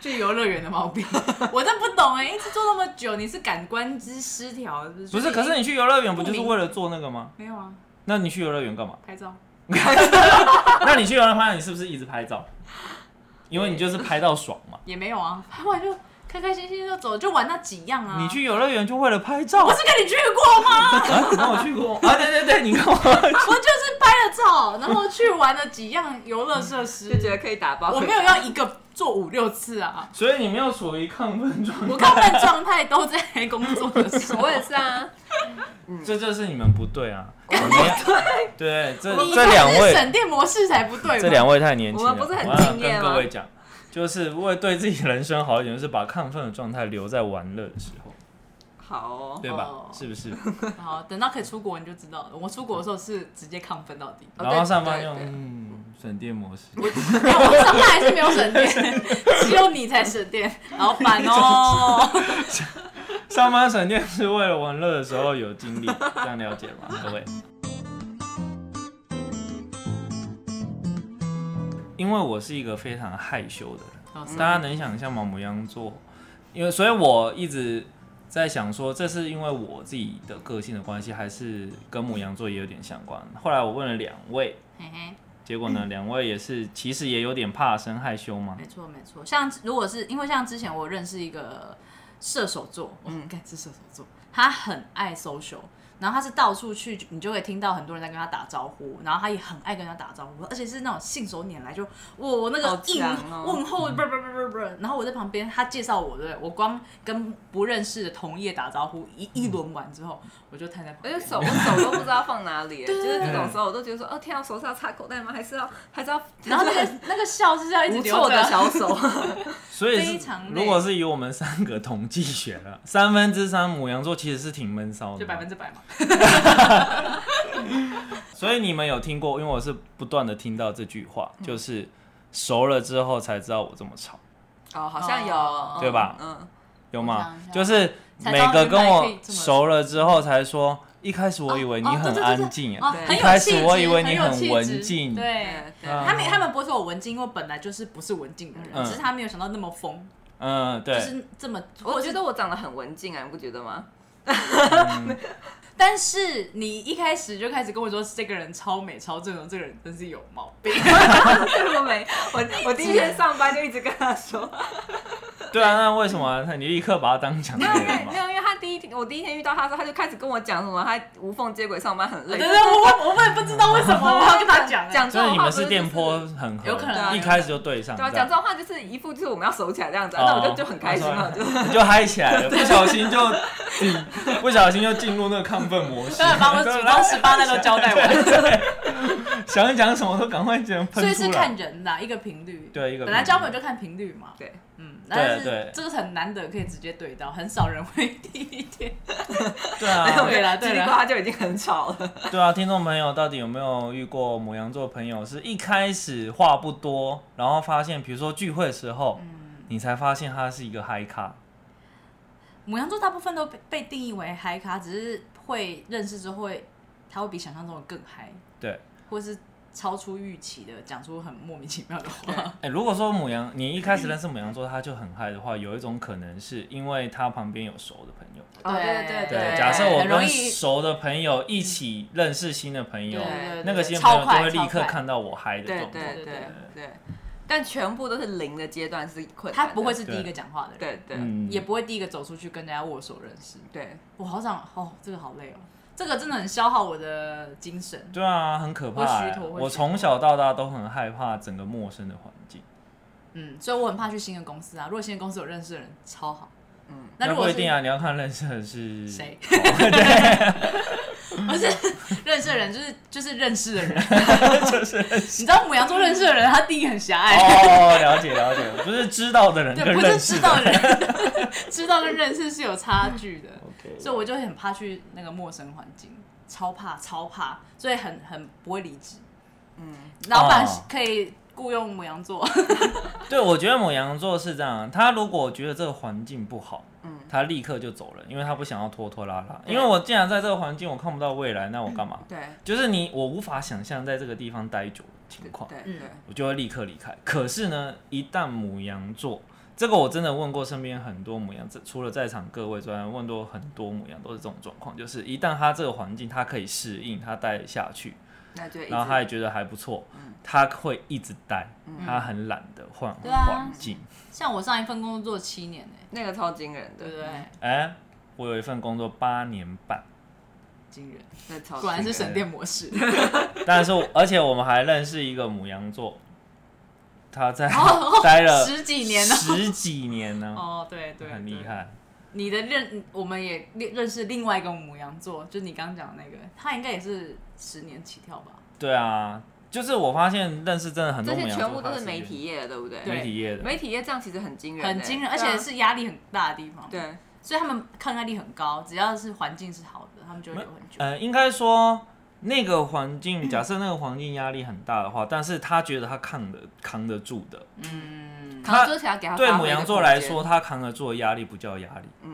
B: 去游乐园的毛病，我真不懂哎，一直做那么久，你是感官之失调，
A: 不是，
B: 就
A: 可是你去游乐园不就是
B: 不明
A: 为了做那个 吗？
B: 没有啊，
A: 那你去游乐园干嘛？
B: 拍照，
A: 那你去游乐园拍，你是不是一直拍照？因为你就是拍到爽嘛。
B: 也没有啊，拍完就开开心心就走，就玩那几样啊，
A: 你去游乐园就为了拍照
B: 不
A: 啊？
B: 是跟你去过吗？
A: 你跟我去过啊？对对对，你跟我。
B: 我就是拍了照，然后去玩了几样游乐设施，
D: 欸
A: 嗯
D: 就觉得可以打包。
B: 我没有要一个做五六次啊，
A: 所以你没有处于亢奋状
B: 我
A: 态，
B: 亢奋状态都在工作的时候
D: 我。也是啊，
A: 这就是你们不对 啊！我们对 对，这
B: 你
A: 这两
B: 看
A: 位
B: 是省电模式才不对吧，
A: 这两位太年轻了，
D: 我们不是很
A: 要
D: 敬业
A: 跟
D: 吗
A: 各位讲，就是为对自己人生好一点，就是把亢奋的状态留在玩乐的时候。
D: 好哦。
A: 对吧？
B: 哦
A: 是不是？
B: 好，等到可以出国你就知道了。我出国的时候是直接亢奋到底，
D: 哦
A: 然后上班
D: 对
A: 用
D: 对
A: 嗯省电模式，
B: 哎我上班还是没有省电，只有你才省电，老板哦。
A: 上班省电是为了玩乐的时候有精力，这样了解吗？各位？因为我是一个非常害羞的人。
B: 哦
A: 大家能想象吗？母羊座，因为所以我一直在想说，这是因为我自己的个性的关系，还是跟母羊座也有点相关？后来我问了两位，
B: 嘿嘿，
A: 结果呢，两位也是其实也有点怕生害羞吗？
B: 没错没错。像如果是因为像之前我认识一个射手座，嗯，该是射手座，他很爱 social。然后他是到处去，你就会听到很多人在跟他打招呼，然后他也很爱跟他打招呼，而且是那种信手拈来就，我那
D: 好
B: 个硬、
D: 强哦
B: 问候，不不不不不，然后我在旁边，他介绍我，对不对我光跟不认识的同业打招呼一一轮完之后，我就瘫在旁
D: 我
B: 边，
D: 就哎手我手都不知道放哪里，欸就
B: 对
D: 是这种时候我都觉得说，哦天啊，我手是要插口袋吗？还是要还是要？
B: 然后那个那个笑是要一直
D: 无
B: 留
D: 措
B: 着啊
D: 的小 手，
A: 所以
B: 非
A: 是
B: 常，累
A: 如果是以我们三个统计学了， 三分之三母羊座其实是挺闷骚的
B: 就百分
A: 嘛。
B: 之百嘛。
A: 所以你们有听过？因为我是不断的听到这句话，
B: 嗯
A: 就是熟了之后才知道我这么吵，
D: 哦，好像有，
B: 哦
D: 嗯
A: 对吧
D: 嗯，
A: 有
B: 我
A: 吗
B: 想一？下
A: 就是每个跟
B: 才知道原来可以
A: 我
B: 这么
A: 熟了之后才说，一开始我以为你很安静，
B: 哦
A: 哎，
D: 对
B: 很
A: 一
B: 有
A: 开
B: 气
A: 始
B: 质，
A: 我以为你
B: 很有
A: 很
B: 气
A: 文
B: 质
A: 静
B: 对。啊
D: 对对
A: 嗯
B: 他们他们不会说我文静，因为我本来就是不是文静的人，
A: 嗯
B: 只是他没有想到那么疯，
A: 嗯，
B: 就
A: 对，
B: 是这么。
D: 我觉
B: 得。
D: 得我长得很文静啊，你不觉得吗？
B: 但是你一开始就开始跟我说这个人超美超正的，这个人真是有毛病。
D: 对我没，我我第一天上班就一直跟他说，
A: 对啊，那为什么那你立刻把他当 强
D: 没
A: 烈
D: 有因为
A: 人嘛
D: 没？有，因为他第一天我第一天遇到他的时候，他就开始跟我讲什么，他无缝接轨上班很累
B: 哦 对，对，我我我们也不知道为什么我要跟他讲、欸。
D: 讲这
A: 所以
D: 种
A: 你
D: 话
A: 们
D: 不
A: 是电波
D: 就是
A: 很合，
B: 有可能
D: 啊
A: 一开始就对上，
D: 对啊，
A: 这样
D: 讲这种话就是一副就是我们要手起来这样子啊，
A: 哦
D: 那我就就很开心了，就
A: 你就嗨起来了，不小心就不小心就进入 那个亢奋模式，
B: 当然啊把我祖宗十八代都交代完，
A: 想讲什么都赶快讲
B: 所以
A: 喷
B: 是
A: 出
B: 看
A: 来。
B: 人的啊一个频率。
A: 对一个
B: 本来交朋
A: 频率
B: 友就看频率嘛。
D: 对。
B: 嗯，但
A: 对
B: 是这个是很难得可以直接对到，很少人会 第一天。
A: 对 啊，
B: 哦对啦对啦
D: 叽里呱啦就已经很吵 了。
A: 对啊，听众朋友到底有没有遇过母羊座朋友？是一开始话不多，然后发现，比如说聚会的时候，
B: 嗯
A: 你才发现他是一个嗨咖。
B: 母羊座大部分都被被定义为嗨咖，只是会认识之后会，他会比想象中的更嗨，
A: 对，
B: 或是超出预期的讲出很莫名其妙的话。
A: 哎、如果说母羊，你一开始认识母羊座，他就很嗨的话，有一种可能是因为他旁边有熟的朋友。
D: 哦对对
A: 对，
B: 对
A: 假设我
B: 很容
A: 跟
B: 易
A: 熟的朋友一起认识新的朋友
B: 对对，对
A: 那个新的朋
B: 超
A: 友就
B: 快
A: 会立刻
B: 超快
A: 看到我嗨的
D: 对
A: 状态。
D: 对
B: 对
D: 对
B: 对
D: 对，但全部都是零的阶段是困难的，
B: 他不会是第一个讲话的人，
D: 对对
A: 嗯，
B: 也不会第一个走出去跟人家握手认识。
D: 对，
B: 我好想哦，这个好累哦，这个真的很消耗我的精神。
A: 对啊，很可怕、
B: 我
A: 欸
B: 虚脱我
A: 我
B: 虚
A: 从
B: 脱
A: 小到大都很害怕整个陌生的环境。
B: 嗯，所以我很怕去新的公司啊。如果新的公司有认识的人，超好。
D: 嗯
B: 嗯，那如果
A: 不
B: 是
A: 一定啊，你要看认识的是
B: 谁
A: 哦对，
B: 不是 认识的人，就是就是认识的人。
A: 就是认识
B: 你知道母羊座认识的人，他定义很狭隘。
A: 哦， 了解了解，不是知道的人
B: 对，
A: 跟
B: 不
A: 认
B: 是
A: 识
B: 知
A: 的
B: 道
A: 人。
B: 人， 知道跟认识是有差距的，所以
A: OK，
B: 我就很怕去那个陌生环境，超怕超怕，所以很很不会离职。
D: 嗯，
B: 老板
A: 哦
B: 可以雇佣母羊座，
A: 对，我觉得母羊座是这样，他如果觉得这个环境不好，
D: 嗯
A: 他立刻就走了，因为他不想要拖拖拉拉。因为我既然在这个环境，我看不到未来，那我干嘛？
D: 对
A: 就是你，我无法想象在这个地方待久的情况，
D: 对
B: 嗯
D: 对，
A: 我就会立刻离开。可是呢，一旦母羊座，这个我真的问过身边很多母羊，这除了在场各位之外，问过很多母羊都是这种状况，就是一旦他这个环境他可以适应，他待得下去，
D: 那就一
A: 然后
D: 直
A: 他也觉得还不错，
B: 嗯
A: 他会一直待，他很懒得换
B: 对啊
A: 环境。
B: 像我上一份工作做七年呢、
D: 那个超惊人的，
B: 对
D: 嗯
B: 不对？
A: 哎、我有一份工作八年半，
B: 惊人，
D: 那超
B: 果然是
D: 惊人
B: 省电模式。
A: 但是我而且我们还认识一个母羊座，他在
B: 哦
A: 待了
B: 十几年了。
A: 十几年呢、
B: 哦，对对，
A: 很厉
B: 对。
A: 害。
B: 你的认，我们也认识另外一个母羊座，就是你刚刚讲的那个，他应该也是十年起跳吧？
A: 对啊，就是我发现认识真的很
D: 这
A: 多母
D: 些
A: 羊座，
D: 全部都是
A: 他
D: 媒体业的，对不对？
B: 对
A: 媒体业的，
D: 媒体业这样其实很惊人欸，
B: 很惊人，而
D: 对啊
B: 且是压力很大的地方。
D: 对
B: 所以他们抗压力很高，只要是环境是好的，他们就会留很久。
A: 呃，应该说那个环境，假设那个环境压力很大的话，但是他觉得他扛得扛得住的。
B: 嗯，
A: 他
D: 扛桌起来给他
A: 对
D: 发挥
A: 母
D: 的
A: 羊座
D: 空
A: 来
D: 间
A: 说，，他扛得住的压力不叫压力，
D: 嗯，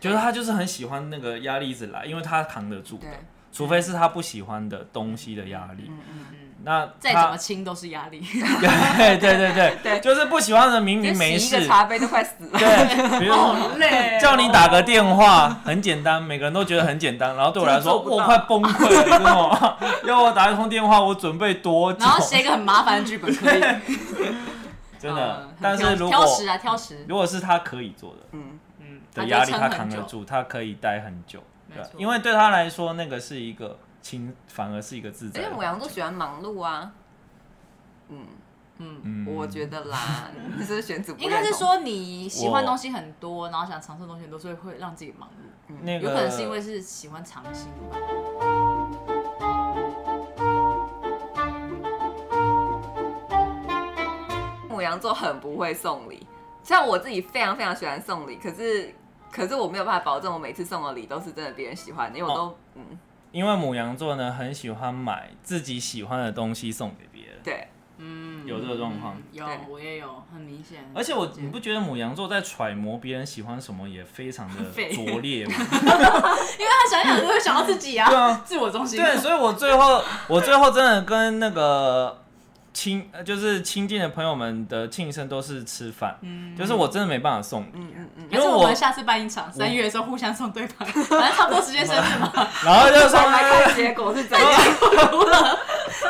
A: 就是他就是很喜欢那个压力一直来，因为他扛得住的
D: 对，
A: 除非是他不喜欢的东西的压力。
D: 嗯
A: 那
B: 再怎
A: 他
B: 么亲都是压 力。
A: 对对对 对，就是不喜欢的人明明
D: 嗯，
A: 没
D: 洗一个
A: 事，
D: 茶杯都快死了。
A: 对， 比如说
B: 累哦
A: 叫你打个电话，很简单，每个人都觉得很简单，然后对我来说，
D: 真的做不
A: 我
D: 到
A: 快崩溃了，你知道吗？ 要我打一通电话，我准备多久
B: 然？后写一个很麻烦的剧本可以，
A: 真
B: 嗯
A: 的，但
B: 挑
A: 是如
B: 挑
A: 果
B: 食啊，挑食，
A: 如果是他可以做的，
D: 嗯，
B: 嗯，
A: 的压力，
B: 就撑
A: 他
B: 很
A: 扛得
B: 久，
A: 住，他可以待很久。对
B: 没错，
A: 因为对他来说，那个是一个轻，反而是一个自在
D: 而且
A: 的。
D: 母羊座喜欢忙碌啊，嗯，
A: 嗯
D: 我觉得啦， 你是不是选择
B: 应该是说你喜欢东西很多，然后想尝试的东西很多，所以会让自己忙碌。
A: 那个
B: 有可能是因为是喜欢尝新吧。
A: 嗯
D: 母羊座很不会送礼，像我自己非常非常喜欢送礼，可是可是我没有办法保证我每次送的礼都是真的别人喜欢的，因为我都、嗯
A: 因为母羊座呢，很喜欢买自己喜欢的东西送给别人。
D: 对，
B: 嗯，
A: 有这个状况
B: 嗯有
D: 对
B: 我也有，很明显。
A: 而且我，你不觉得母羊座在揣摩别人喜欢什么也非常的
B: 废
A: 拙劣 吗？
B: 因为他想一想就会想到自己
A: 对
B: 啊，
A: 啊，
B: 自我中心。
A: 对，所以我最后，我最后真的跟那个亲，呃就是亲近的朋友们的庆生都是吃饭，
B: 嗯
A: 就是我真的没办法送礼，
D: 嗯嗯嗯，
A: 因
B: 还
A: 为
B: 是我
A: 我
B: 们，下次办一场，三月的时候互相送对 方，反正差不多时间生日 嘛。
A: 然后就说
D: 再来看结果是怎样。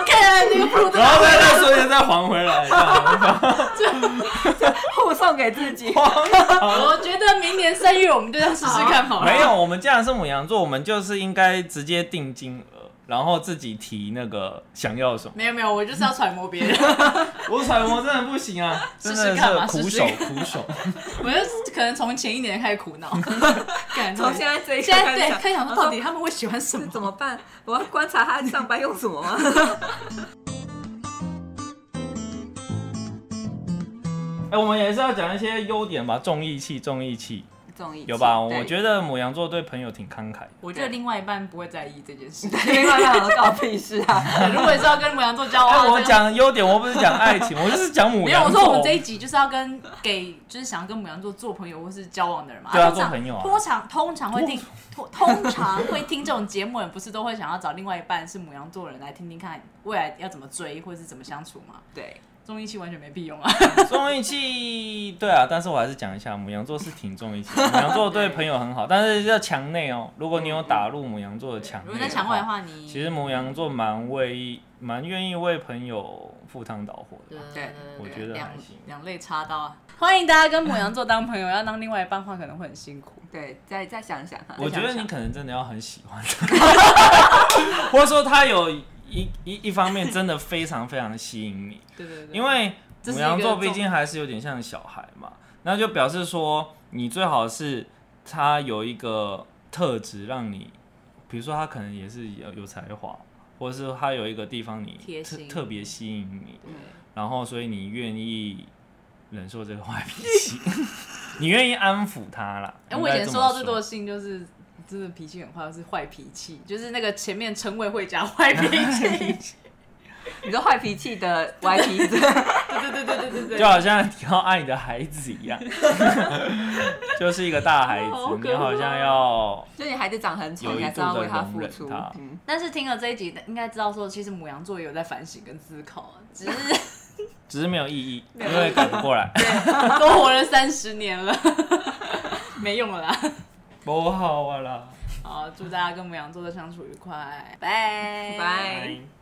B: 看那个不如
A: 然后再再所以再还回来，这 样
D: 互送给自己。
B: 我觉得明年三月我们就这样试试看好了。
A: 没有，我们既然是母羊座，我们就是应该直接定金额，然后自己提那个想要什么。
B: 没有没有，我就是要揣摩别人，
A: 我揣摩真的不行啊，真的
B: 试试看嘛
A: 是苦
B: 试试
A: 手苦手。
B: 我就是可能从前一年开始苦 恼，感
D: 从现在这一刻
B: 现在
D: 开始
B: 对，
D: 想，
B: 可以想说到底他们会喜欢什么
D: 这？ 怎么办？我要观察他上班用什么吗？
A: 哎、我们也是要讲一些优点吧，重义气，重义气
D: 综艺
A: 有吧？我
D: 得
A: 觉得母羊座对朋友挺慷慨的。
B: 我觉得另外一半不会在意这件事。
D: 另外一半都搞屁事 啊！
B: 如果是要跟母羊座交
A: 哎、
B: 往，
A: 我
B: 这个
A: 讲优点，我不是讲爱 情，我就是讲母
B: 哦没有，
A: 羊
B: 我
A: 座。
B: 说我们这一集就是要跟给就是想要跟母羊座做朋友或是交往的人嘛。
A: 对啊
B: 通常
A: 做朋友啊
B: 通常通常会听，通通常会听这种节目的人，不是都会想要找另外一半是母羊座的人来听听看未来要怎么追或是怎么相处嘛？
D: 对，
B: 综艺期完全没屁 用啊！
A: 重义气，对啊，但是我还是讲一下， 母羊座是挺重义气的，母羊座对朋友很好，但是要墙内哦。如果你有打入母羊座的墙
B: 如
A: 内，
B: 果在墙外的，话，你
A: 其实母羊座蛮为蛮愿意为朋友赴汤蹈火的
B: 对
A: 吧。
B: 对对
A: 我
B: 对
A: 觉得
B: 两
A: 还行
B: 两肋插刀啊！欢迎大家跟母羊座当朋友，要当另外一半的话可能会很辛苦。
D: 对，再再想啊想哈。
A: 我觉得
D: 再想
A: 你
D: 想
A: 可能真的要很喜欢他， 或者说他有一一一方面真的非常非常吸引你，
B: 对对对，
A: 因为
B: 这
A: 母
B: 是一个
A: 羊座
B: 重
A: 毕竟还是有点像小孩嘛，那就表示说你最好是他有一个特质让你，比如说他可能也是有有才华，或者是他有一个地方你
B: 贴
A: 特
B: 心
A: 特别吸引你，
B: 对
A: 然后所以你愿意忍受这个坏脾气， 你愿意安抚他啦。
B: 哎、我以前
A: 应该这
B: 收
A: 么
B: 到最多的信就是，真的脾气很坏，就是坏脾气，就是那个前面称谓会加坏脾气。
D: 你说坏脾气的歪 皮子，
B: 对对对对对对
A: 就
B: 对。
A: 好像你要爱你的孩子一样， 就是一个大孩子
B: 好，可怕
A: 你好像要
D: 就你孩子长很丑，
A: 有一
D: 你还是要为他
A: 度
D: 付
A: 的容
D: 出
A: 忍他。
D: 嗯，
B: 但是听了这一集，应该知道说，其实母羊座也有在反省跟思考啊，只是
A: 只是没有意义，因为改不过来，
B: 都活了三十年了， 没用了啦。
A: 不好啊啦。
B: 好，祝大家跟母羊座的相处愉快，拜
D: 拜。
A: 拜